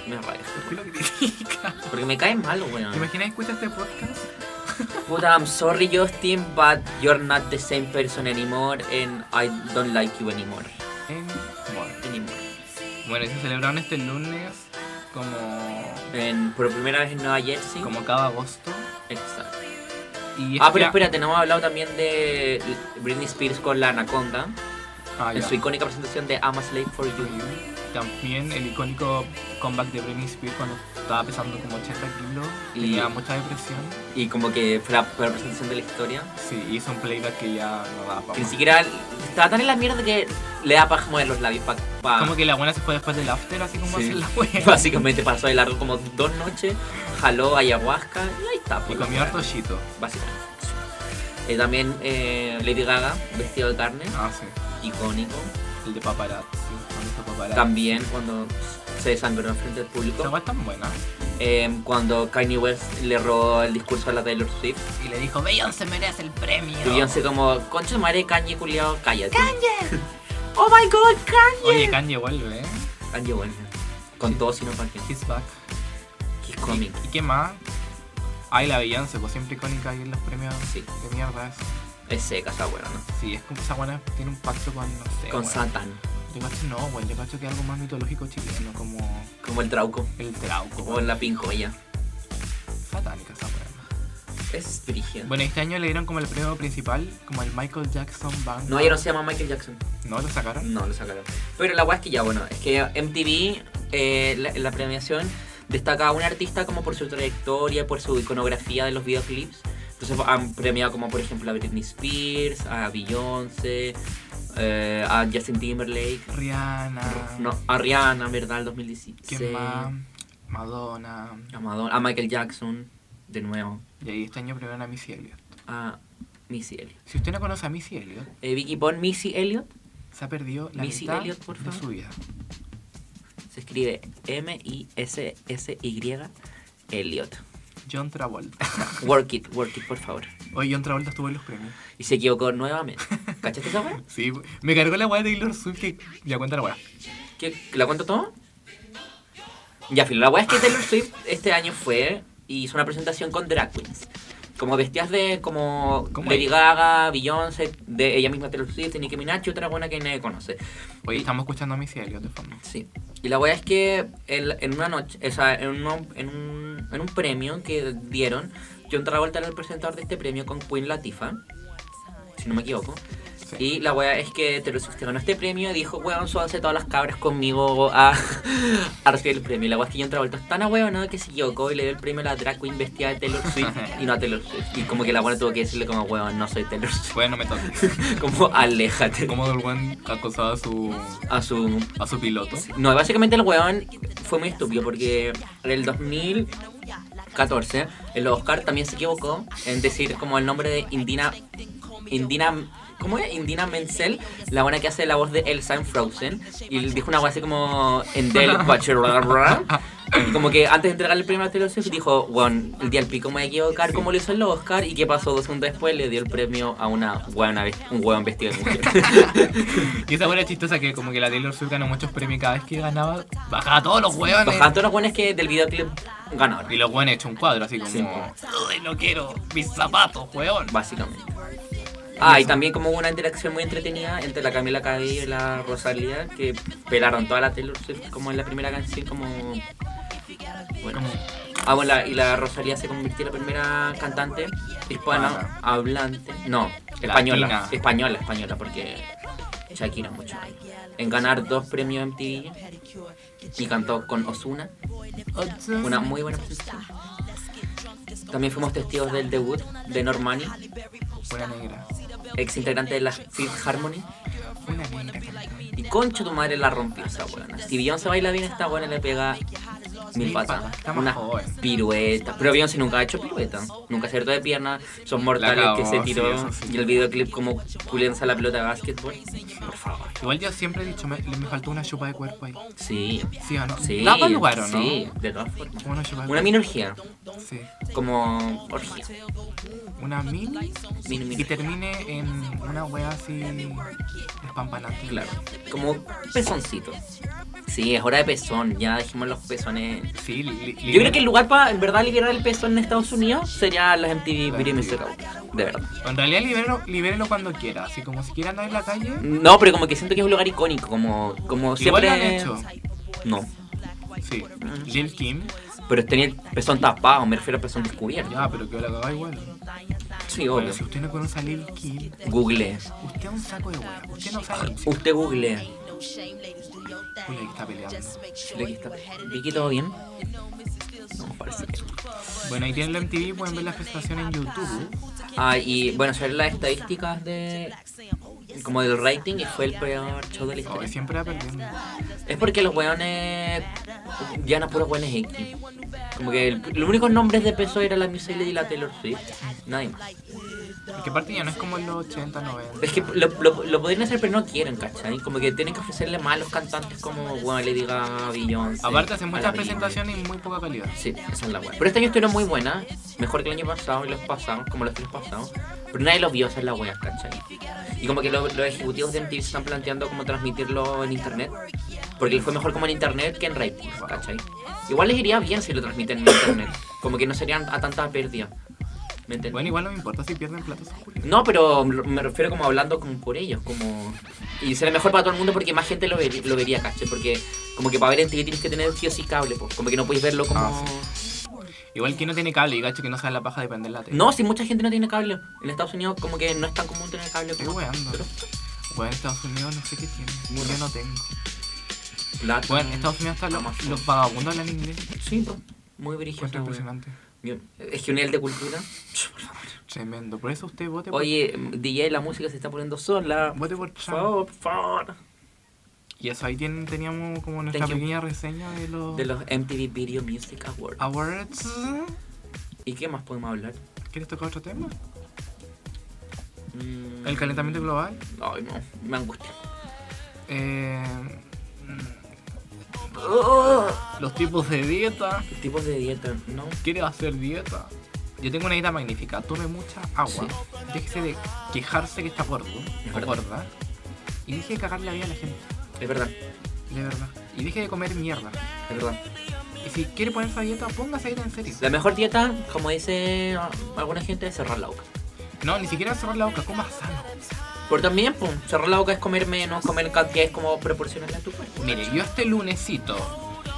Me raya.
¿Qué lo critica?
Porque me cae mal,
¿Te
weón.
imaginas escuchar este podcast?
Puta, I'm sorry, Justin, but you're not the same person anymore. And I don't like you anymore.
En Bueno,
Anymore.
Bueno, y se celebraron este lunes como,
En- por primera vez en Nueva Jersey.
como cada agosto.
Exacto.
Y
Ah,
este-
pero espérate, no hemos hablado también de Britney Spears con la Anaconda.
Ah,
en
ya.
su icónica presentación de I'm a Slave for You.
También el icónico comeback de Britney Spears cuando estaba pesando como 80 kilos y
Y-
tenía mucha depresión.
Y como que fue la peor presentación de la historia.
Sí, hizo un playback que ya no daba
Que
para
ni siquiera estaba tan en la mierda que le da paja mover los labios para.
Como que la buena se fue después del after, así como
Sí.
hace
*laughs*
la wea.
Básicamente pasó de largo como dos noches, jaló ayahuasca y ahí está.
Y
pues,
comió harto chito.
Básicamente. Eh, también eh, Lady Gaga, vestido de carne,
Ah, sí.
icónico.
El de paparazzi. cuando hizo paparazzi.
También cuando se desangró en frente del
Esa
público.
wea es tan buena.
Eh, cuando Kanye West le robó el discurso a la Taylor Swift.
Y le dijo, Beyoncé merece el premio.
Y Beyoncé como, concha de madre, Kanye, culiao, cállate. ¡Kanye! *laughs* ¡Oh my god, Kanye!
Oye, Kanye vuelve, ¿eh?
Kanye bueno. Con todo sino para que.
He's back.
He's coming.
¿Y qué más? Ay, la Beyoncé, pues siempre icónica ahí en los premios
Sí.
de mierda. es-
Es seca esa buena, ¿no?
Sí, es como esa buena tiene un pacto con, no sé.
Con
weón.
Satan.
Yo cacho no, güey. Yo cacho que algo más mitológico chileno, como
Como el Trauco.
el trauco.
Como
weón.
la pinjoya.
Satánica esa weón.
Es brígida.
Bueno, este año le dieron como el premio principal, como el Michael Jackson Band.
No, ya no se llama Michael Jackson.
¿No lo sacaron.
No, lo sacaron. Pero la weá es que ya, bueno, es que MTV, eh, la, la premiación, destaca a un artista como por su trayectoria, por su iconografía de los videoclips. Entonces han premiado como por ejemplo a Britney Spears, a Beyoncé, eh, a Justin Timberlake,
Rihanna.
no, a Rihanna, ¿verdad? El 2016.
¿Quién más? Madonna.
A Madonna, a Michael Jackson, de nuevo,
Y ahí este año premiaron a Missy Elliott.
a Missy Elliott.
Si usted no conoce a Missy Elliott,
Eh, Vicky, pon Missy Elliott.
se ha perdido la
Missy
mitad
Elliott, por
de
favor.
su vida.
Se escribe M-I-S-S-Y Elliot.
John Travolta. *laughs*
Work it, work it, por favor.
Hoy John Travolta estuvo en los premios.
Y se equivocó nuevamente. ¿Cachaste esa weá?
Sí, me cargó la weá de Taylor Swift que ya cuenta la weá.
¿Qué- ¿La cuánto tomó? Ya, filo. La weá es que Taylor Swift este año fue y hizo una presentación con drag queens. Como vestidas de como
¿Cómo
Lady
es?
Gaga, Beyoncé, de ella misma Taylor Swift, Nicki Minaj y otra buena que nadie conoce.
Hoy estamos escuchando a Missy Elliott de fondo.
Sí. Y la weá es que el- en una noche, o sea, en, un- en, un, en un premio que dieron, John Travolta era el presentador de este premio con Queen Latifah, si no me equivoco.
Sí.
Y la weá es que Taylor Swift ganó este premio y dijo, weón, hace todas las cabras conmigo a, *laughs* a recibir el premio. Y la weá es que John Travolta es tan ahueonado que se equivocó y le dio el premio a la drag queen vestida de Taylor Swift
*laughs*
y no a Taylor Swift. Y como que la weá tuvo que decirle como, weón, no soy
*laughs*
Taylor Swift.
Bueno, me
*laughs*
toques.
Como, aléjate.
Como el weón acosaba a su,
A su
a su piloto.
No, básicamente el weón fue muy estúpido porque en el 2014 el Oscar también se equivocó en decir como el nombre de Indina Indina ¿Cómo es? Indina Menzel, la buena que hace la voz de Elsa en Frozen. Y dijo una voz así como Endel Butcher. bla, bla, bla. Y como que antes de entregarle el premio a Taylor Swift dijo, weón, el día del pico me voy a equivocar como lo hizo el Oscar. ¿Y qué pasó? Dos segundos después le dio el premio a una buena, un weón vestido de mujer.
Y esa weá era chistosa que como que la Taylor Swift ganó muchos premios y cada vez que ganaba, bajaba todos los weones.
Bajaban todos los buenos que del videoclip ganaron.
Y los weones hecho un cuadro así como,
Sí.
¡Ay, no quiero mis zapatos, weón!
básicamente. Ah, y también como hubo una interacción muy entretenida entre la Camila Cabello y la Rosalía, que pelaron toda la Taylor Swift como en la primera canción, como... Bueno.
Como-
Ah, bueno, la- y la Rosalía se convirtió en la primera cantante hispana hablante. No, española.
Latina.
Española, española, porque Shakira mucho. ahí. En ganar dos premios MTV y cantó con Osuna. Una muy buena presentación. También fuimos testigos del debut de Normani,
Una negra.
ex integrante de la Fifth Harmony.
Una negra. cantante.
Y concha tu madre la rompió esa buena. Si Beyoncé baila bien, esta buena le pega mil
Mil
patas.
patas, está más
Unas
joven.
piruetas. Pero Beyoncé nunca ha hecho piruetas. Nunca acertó de pierna. Son mortales
cagó,
que se
sí,
tiró.
eso sí.
Y el videoclip como culenza la pelota de básquetbol. Por favor.
Igual yo siempre he dicho, me, me faltó una chupa de cuerpo ahí.
Sí.
¿Sí o no?
Sí.
Da pa'l lugar, ¿o no?
Sí, de todas formas.
Una chupa de
Una
cuerpo.
minorgía.
Sí.
Como orgía.
Una mini
Mini,
y
mini.
termine en una wea así despampanante.
Claro. Como pezoncito. Sí, es hora de pezón. Ya dijimos los pezones.
Sí, li- li-
Yo creo que el lugar para en verdad liberar el peso en Estados Unidos sería las MTV Video Music Awards, de verdad.
En realidad libérelo, libérelo cuando quiera, así como si quiera andar en la calle.
No, pero como que siento que es un lugar icónico, como, como
Igual
siempre.
lo han hecho.
No,
Sí.
Mm.
Lil Kim,
pero tenía el pezón tapado, me refiero al pezón descubierto.
ya, pero que la cagaba igual.
Sí, obvio.
Bueno, si usted no conoce a Lil Kim,
Google.
usted es un saco de wea. Usted no sabe música.
Usted google.
Uy, ahí está peleando.
Chile, aquí está. Vicky, ¿todo bien? No, parece que. no.
Bueno, ahí tienen la MTV, pueden ver la presentación en YouTube.
Ah, y bueno, sobre las estadísticas de. Como del rating, y fue el peor show de
Hoy
la historia.
Oh, siempre va perdiendo.
Es porque los weones. Ya no puros weones X. Como que el- los únicos nombres de peso era la Missy y la Taylor Swift. Nadie más.
Porque aparte ya no es como en los 80, 90.
Es que lo, lo- lo podrían hacer, pero no quieren, ¿cachai? Como que tienen que ofrecerle más a los cantantes como weón le diga Beyoncé.
Aparte hacen
a
muchas
la Britney.
presentaciones y muy poca calidad.
Sí, esa es la wea. Pero este año estuvieron muy buenas. Mejor que el año pasado y los pasados, como los tres pasados. Pero nadie los vio, esa es la wea, ¿cachai? Y como que lo- los ejecutivos de MTV se están planteando cómo transmitirlo en internet. Porque les fue mejor como en internet que en rating, ¿cachai? Igual les iría bien si lo transmiten en internet. Como que no serían a tanta pérdida. ¿Me entiendes?
Bueno, igual no me importa si pierden platos.
No, pero me refiero como hablando como por ellos, como... Y será mejor para todo el mundo porque más gente lo, veri- lo vería, ¿cachai? Porque como que para ver en TV tienes que tener sí o sí cable, po. como que no podéis verlo como...
Ah, Igual que no tiene cable y gacho que no sabe la paja de prender la tele.
No, si mucha gente no tiene cable. En Estados Unidos como que no es tan común tener cable.
Estoy
po.
weando.
Pero-
Bueno, en Estados Unidos no sé qué tiene.
Burro.
Yo no tengo.
Plata.
Bueno, en Estados Unidos hasta los,
Amazon.
los vagabundos hablan inglés.
Sí, po. Muy brígido.
Encuentro
esa wea.
impresionante.
Bien. Eh, Es que un nivel de cultura... Ch, por favor.
Tremendo. Por eso usted vote por,
Oye, DJ, la música se está poniendo sola. Por
vote por Trump.
favor, por favor.
Y eso ahí tienen, teníamos como nuestra
Thank you.
pequeña reseña de los,
De los MTV Video Music Awards.
Ah. awards.
¿Y qué más podemos hablar?
¿Quieres tocar otro tema?
Mm.
El calentamiento global.
Ay, no, me angustia.
Eh, mm,
Ugh.
los tipos de dieta.
Tipos de dieta, no.
¿Quieres hacer dieta? Yo tengo una idea magnífica. Tome mucha agua. Déjese de quejarse que está gordo
Es
o
verdad.
gorda. Y deje de cagarle la vida a la gente.
Es verdad,
De verdad. Y deje de comer mierda.
es verdad.
Y si quiere ponerse a dieta, póngase a dieta en serio.
La mejor dieta, como dice ah, alguna gente, es cerrar la boca.
No, ni siquiera cerrar la boca. Coma sano.
Pero también, pum, cerrar la boca es comer menos, comer cantidades como proporcionales a tu cuerpo.
Mire, yo este lunesito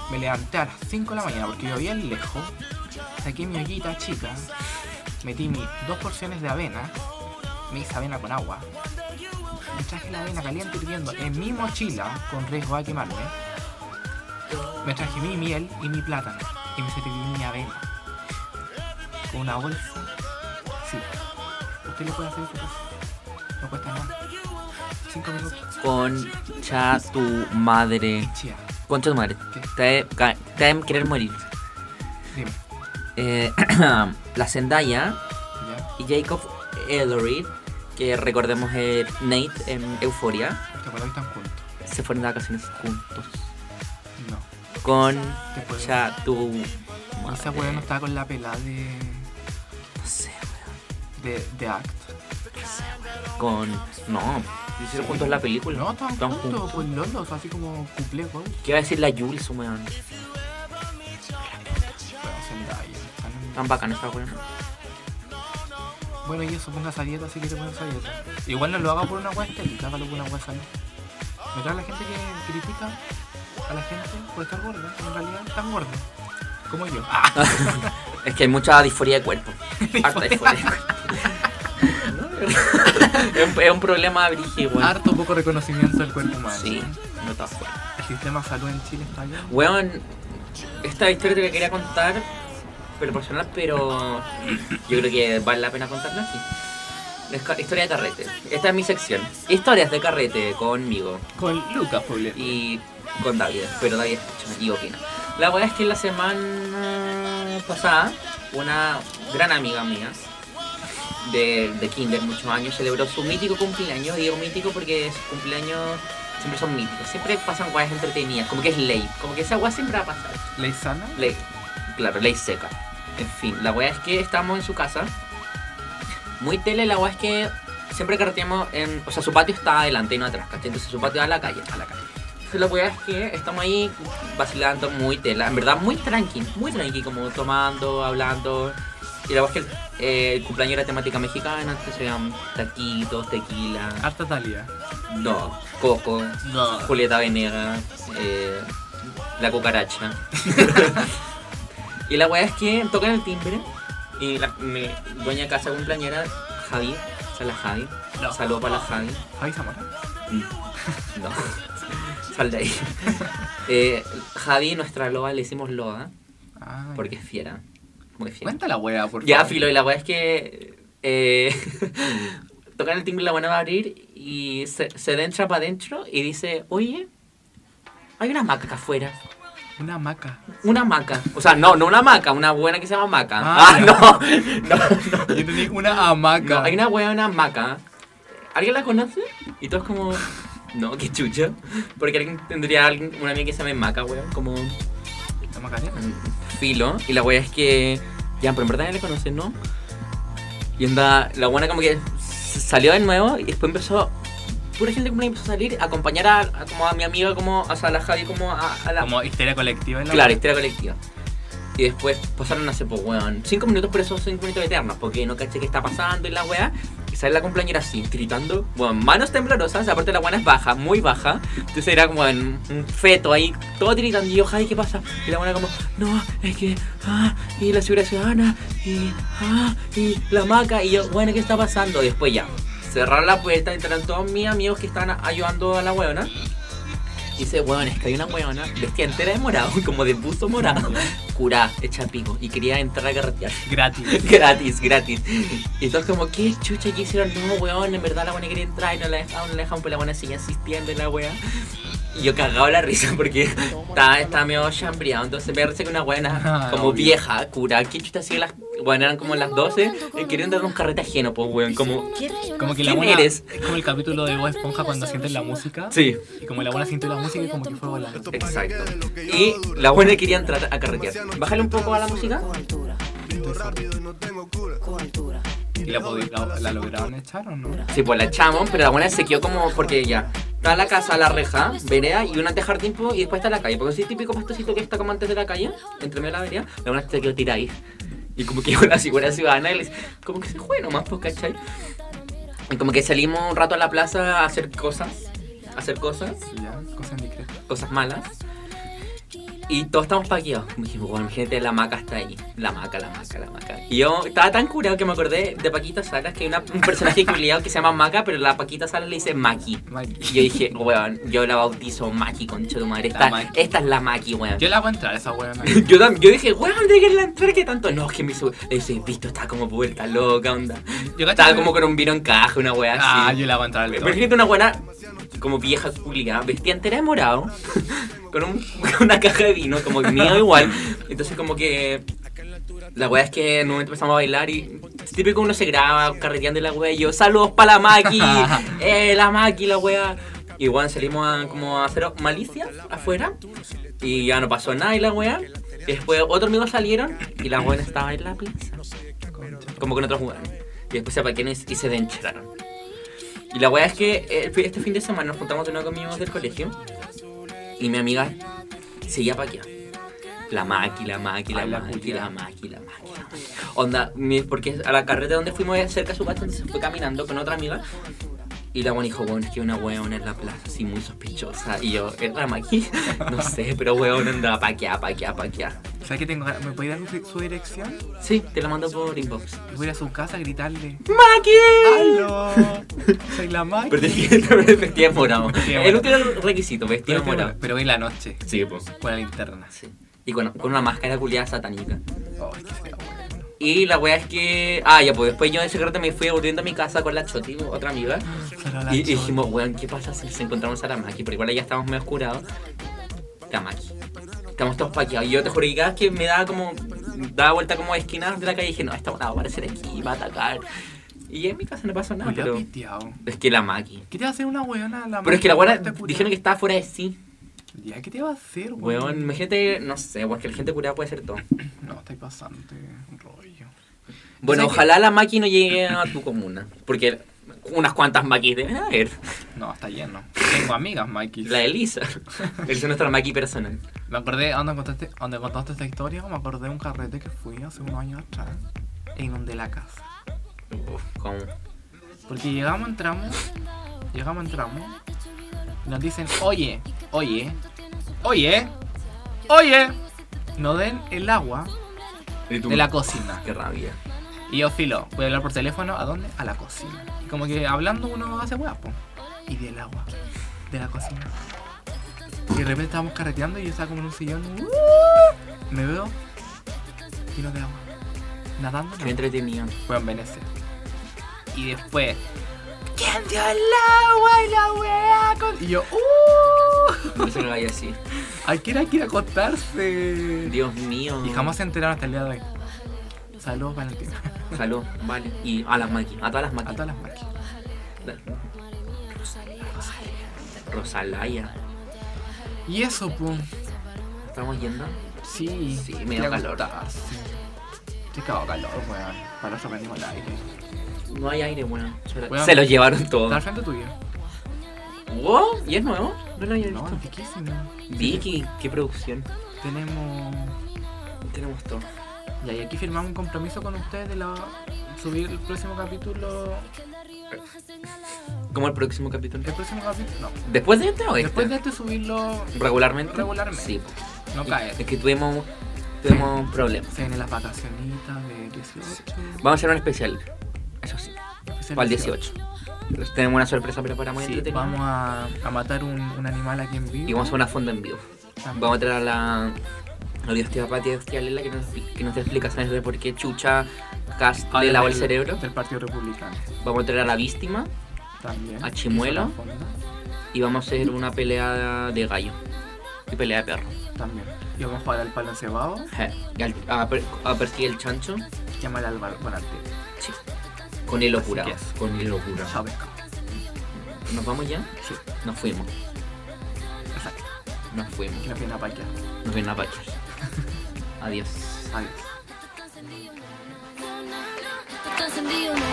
me levanté a las 5 de la mañana porque yo bien lejos. Saqué mi ollita chica. Metí mis dos porciones de avena. Me hice avena con agua. Me traje la avena caliente hirviendo en mi mochila con riesgo a quemarme. Me traje mi miel y mi plátano. Y me serví mi avena. Con una bolsa. Sí. Usted lo puede hacer en su casa. No cuesta nada. 5 minutos.
Concha tu madre.
Y chía.
Concha tu madre.
¿Qué?
Te debe ca- te deben querer morir.
Dime.
Eh, *clears throat* la Zendaya
¿Ya?
y Jacob Ellery, que recordemos es Nate en Euforia,
¿Te acuerdas que están juntos?
se fueron de vacaciones juntos.
No. Te puedo-
Concha tu
Y
madre.
Esa weá no estaba con la pelada de.
No sé, weón.
de, de Act.
Con. No. Hicieron juntos la película.
No, estaban juntos, pues lolos, así como cuplé, weón. Bueno,
¿Qué va a decir la Jules, weón?
Zendaya,
Tan
están-
bacana esa weón.
Bueno, y eso, ponga esa dieta si quiere poner esa dieta. Igual no lo haga por una weá estética, hágalo por una weá salud. Me trae la gente que critica a la gente por estar gorda, en realidad están gordos. Como yo. Ah,
Es que hay mucha disforia de cuerpo. Harta disforia de cuerpo. es, un, es un problema brígido, weón.
harto poco reconocimiento del cuerpo humano.
Sí, no está fuerte.
El sistema de salud en Chile está bien.
Weón, esta historia que quería contar, pero personal, pero yo creo que vale la pena contarla aquí. Es ca- historia de carrete. Esta es mi sección. Historias de carrete conmigo.
Con Lucas, Poble.
y con David, pero David escucha y opina. La verdad es que la semana pasada, una gran amiga mía de, de Kinder, muchos años, celebró su mítico cumpleaños. Y digo mítico porque sus cumpleaños siempre son míticos, siempre pasan guayas entretenidas, como que es ley, como que esa guay siempre va a pasar.
Leisana.
Ley, claro, ley seca. En fin, la weá es que estamos en su casa. Muy tele, la weá es que siempre carreteamos en. O sea, su patio está adelante y no atrás, ¿cachai? Entonces su patio da a la calle, a la calle. Entonces la weá es que estamos ahí vacilando muy tela, en verdad muy tranqui, muy tranqui, como tomando, hablando. Y la weá es que eh, el cumpleaños era temática mexicana, entonces eran taquitos, tequila,
Harta Talia.
no, coco, Julieta Venegas, eh, la
*laughs*
cucaracha. y la weá es que tocan el timbre y la mi dueña de casa cumpleañera, Javi, o sea, la Javi,
No.
saludo para la Javi.
Javi Zamora.
No, *laughs* sal de ahí. Eh, Javi, nuestra loba, le hicimos loba
Ay.
porque es fiera, muy fiera.
Cuenta la wea, por
Ya,
favor.
filo, y la weá es que. Eh, *laughs* tocan el timbre, la buena va a abrir y se, se adentra para adentro y dice: Oye, hay una maca acá afuera.
Una maca.
Una maca. O sea, no, no una maca, una buena que se llama maca.
Ah,
Ah,
ya.
no, *laughs* no, no.
Yo tenía una hamaca.
No, hay una buena maca. ¿Alguien la conoce? Y todos como. No, qué chucha. Porque alguien tendría alguien, una amiga que se llame maca, weón. Como.
¿La macarena?
filo. Y la wea es que. Ya, pero en verdad ya le conocen, ¿no? Y anda. La buena como que s- salió de nuevo y después empezó. Pura gente como que empezó a salir, a acompañar a, a como a mi amiga, como. O sea, a la Javi, como a, a la.
Como histeria colectiva. en la
Claro, historia colectiva. Y después pasaron hace poco, weón. Cinco minutos, pero esos cinco minutos eternos, porque no caché qué está pasando y la weá. Y sale la cumpleañera así, gritando. Weón, manos temblorosas, aparte la weá es baja, muy baja. Entonces era como en un feto ahí, todo gritando. Y yo, Javi, ¿qué pasa? Y la weá como, no, es que, ah, y la seguridad ciudadana, y, ah, y la maca. Y yo, bueno, ¿qué está pasando? Y después ya, cerraron la puerta, entraron todos mis amigos que estaban ayudando a la weona. Dice, weón, es que hay una weona vestida entera de morado, *laughs* como de buzo morado,
Mm,
curá, hecha pico, y quería entrar a carretear. *laughs*
Gratis.
gratis, gratis. Y todos como, ¿qué chucha que hicieron? No, weón, en verdad la buena quería entrar y no la dejaron, no la dejaron, pero la buena sigue asistiendo y la wea. Y yo cagado la risa porque *laughs* estaba, estaba medio chambreado, entonces me parece que
*laughs*
una
Ah,
buena como
obvio.
vieja, cura, ¿qué chucha así las... Bueno, eran como las 12, y quería entrar a un carrete ajeno, pues weón, como... ¿qué?
Como que la
¿Quién
buena,
eres?
Es como el capítulo de Bob Esponja cuando sienten la música.
Sí.
Y como la buena sintió la música y como que fue volando.
Exacto. Y la buena quería entrar a carretear. Bájale un poco a la música.
vivo rápido y no tengo cura. ¿Y la, podi- la- la lograron echar o no?
Sí, pues la echamos, pero la buena se quedó como porque ya. Está la casa, la reja, vereda y una de jardín po, y después está la calle. Porque es típico pastocito que está como antes de la calle, entre medio de la vereda, la buena se quedó tirada ahí. Y como que *laughs* llegó la seguridad ciudadana y les, como que se fue nomás, pues, ¿cachai? Y como que salimos un rato a la plaza a hacer cosas, a hacer cosas,
Ya, cosa indiscreta.
cosas malas. Y todos estamos paqueados. Me dije, bueno, imagínate, la maca está ahí. La maca, la maca, la maca. Y yo estaba tan curado que me acordé de Paquita Salas, que hay una-
*laughs*
un personaje culiado que se llama Maca, pero la Paquita Salas le dice Maki. Y
Mike. *laughs*
yo dije, weón, yo la bautizo Maki, concha de tu madre.
La
Esta,
Maki.
esta es la Maki, weón.
Yo la hago entrar a esa weona.
*laughs* Yo, tam- yo dije, weón, de que la entrada que tanto. No, es que me hizo. Le hice, visto, estaba como vuelta loca, onda.
Yo
Estaba como con un vino en caja, una weá así.
Ah, yo la hago entrar al
Pero
toque.
Imagínate una buena, como vieja culia, vestida entera de morado, *laughs* con, un- con una caja de vino, como el mío igual. Entonces como que la wea es que en un momento empezamos a bailar y es típico uno se graba carreteando y la wea y yo, saludos para la Maki, eh, la Maki, la wea. Y bueno, salimos a, como a hacer malicias afuera y ya no pasó nada y la wea. Y después otros amigos salieron y la wea estaba en la plaza como con otros jugadores. Y después se apaquearon y, y se dencheraron. Y la weá es que eh, fui- este fin de semana nos juntamos de nuevo con mis amigos del colegio y mi amiga seguía paqueada. La maqui, la maqui, la
Ay, la
maqui,
culiá.
la maqui, la maqui, la maqui. Onda, mi- porque a la carreta donde fuimos es cerca de su casa, entonces fue caminando con otra amiga. Y la buena dijo, weón, es que hay una weón en la plaza, así muy sospechosa. Y yo, ¿es la maqui? *laughs* No sé, pero weón andaba paqueada, paqueada, paqueada.
¿Sabes qué tengo? ganas? ¿Me puede dar su- su dirección?
Sí, te la mando por inbox.
Y voy a ir a su casa a
*laughs*
gritarle.
¡Maqui!
¡Aló! Soy la Mike.
Pero tienes que estar vestida de morado.
Vestida de
El
morado.
último requisito, vestida
Pero,
de morado.
pero hoy en la noche,
Sí, pues.
con la linterna.
Sí. Y con, con una máscara culiada satánica.
Oh, es que sea bueno.
Y la wea es que. Ah, ya, pues después yo en secreto me fui volviendo a mi casa con la Choti, pues, otra amiga.
Solo la
Y, y
chota.
dijimos, weón, ¿qué pasa si nos encontramos a la Maki? Pero igual ya estábamos medio oscurados. La Maki. Estamos todos paqueados. Y yo te juro que cada vez que me daba como. daba vuelta como a esquinas de la calle dije, no, esta weá va a aparecer aquí, va a atacar. Y en mi casa no pasó nada,
Culiao
pero.
piteado.
Es que la Maki.
¿Qué te va a hacer una weona a la
Pero es que la
Mike?
buena
Te Este culiao.
dijeron que estaba fuera de sí.
Ya, ¿qué te va a hacer,
Weón, imagínate, no sé, porque la gente curada puede ser todo.
No, estáis pasando un rollo.
Bueno,
O sea que-
ojalá la Maki no llegue a tu comuna. Porque unas cuantas Makis deben haber.
No, está lleno. Tengo amigas, Mikey.
La Elisa. Elisa es nuestra Maki personal.
Me acordé, donde contaste, donde contaste esta historia, me acordé de un carrete que fui hace unos años atrás e inundé la casa.
Uf, ¿cómo?
Porque llegamos, entramos, llegamos, entramos, y nos dicen, oye, oye, oye, oye, no den el agua de la cocina.
Qué rabia.
Y yo filo, voy a hablar por teléfono, ¿a dónde? A la cocina. Y como que hablando uno hace hueá, po. Y del agua, de la cocina. Y de repente estábamos carreteando y yo estaba como en un sillón. ¡uh! Me veo lleno de agua. Nadando.
Qué
No.
entretenido.
Fue en Venecia. este. Y después. ¿Quién dio el agua y la hueá? con-?" Y yo, ¡uh!
No se lo vaya así.
¿A quién hay que ir a acostarse?
Dios mío.
Y jamás se enteraron hasta el día de hoy. Saludos, Valentina.
Salud, vale. Y a las Maki, a todas las
A
Maki.
todas las marcas.
Rosalaya.
Y eso, pum.
¿Estamos yendo?
Sí,
Sí, me da calor.
Sí. Te cago calor, weón. Para eso prendimos el aire.
No hay aire, bueno. Se lo,
Bueno.
se lo llevaron todo.
Está al frente tuyo.
Wow, ¿y es nuevo? No lo había
No,
visto.
riquísimo.
Vicky, qué producción.
Tenemos.
Tenemos todo.
Ya, y aquí firmamos un compromiso con ustedes de la. Subir el próximo capítulo.
¿Cómo el próximo capítulo?
El próximo capítulo. No.
¿Después de este o este?
Después de este subirlo.
¿Regularmente?
Regularmente.
Sí.
No
Es
cae.
que tuvimos, tuvimos un problema.
Se vienen las vacacionitas de 18.
Vamos a hacer un especial. Eso sí.
Es
Para el 18. Les tenemos una sorpresa preparada muy
Sí,
entretenida.
vamos a, a matar un, un animal aquí en vivo.
Y vamos a una fonda en vivo.
También.
Vamos a traer a la. A Dios tía Pati, Dios tía Lela, que nos, que nos dé explicaciones de por qué Chucha Cast
Habla
le lavó el
del-
cerebro.
Del Partido Republicano.
Vamos a traer a la víctima
También.
A Chimuelo.
Que hizo la fonda.
y vamos a hacer una pelea de gallo. Y pelea de perro.
También. Y vamos para el palo cebado,
Je. Y al- A, per- a perseguir el chancho.
llamar al bar con arte.
Sí. Con el locura.
Así que es.
Con el locura.
Chao, pescado.
¿Nos vamos ya?
Sí,
Nos fuimos.
exacto.
Nos fuimos.
Que no pierda para allá.
Nos vemos en la Adiós.
Adiós.
listen to you.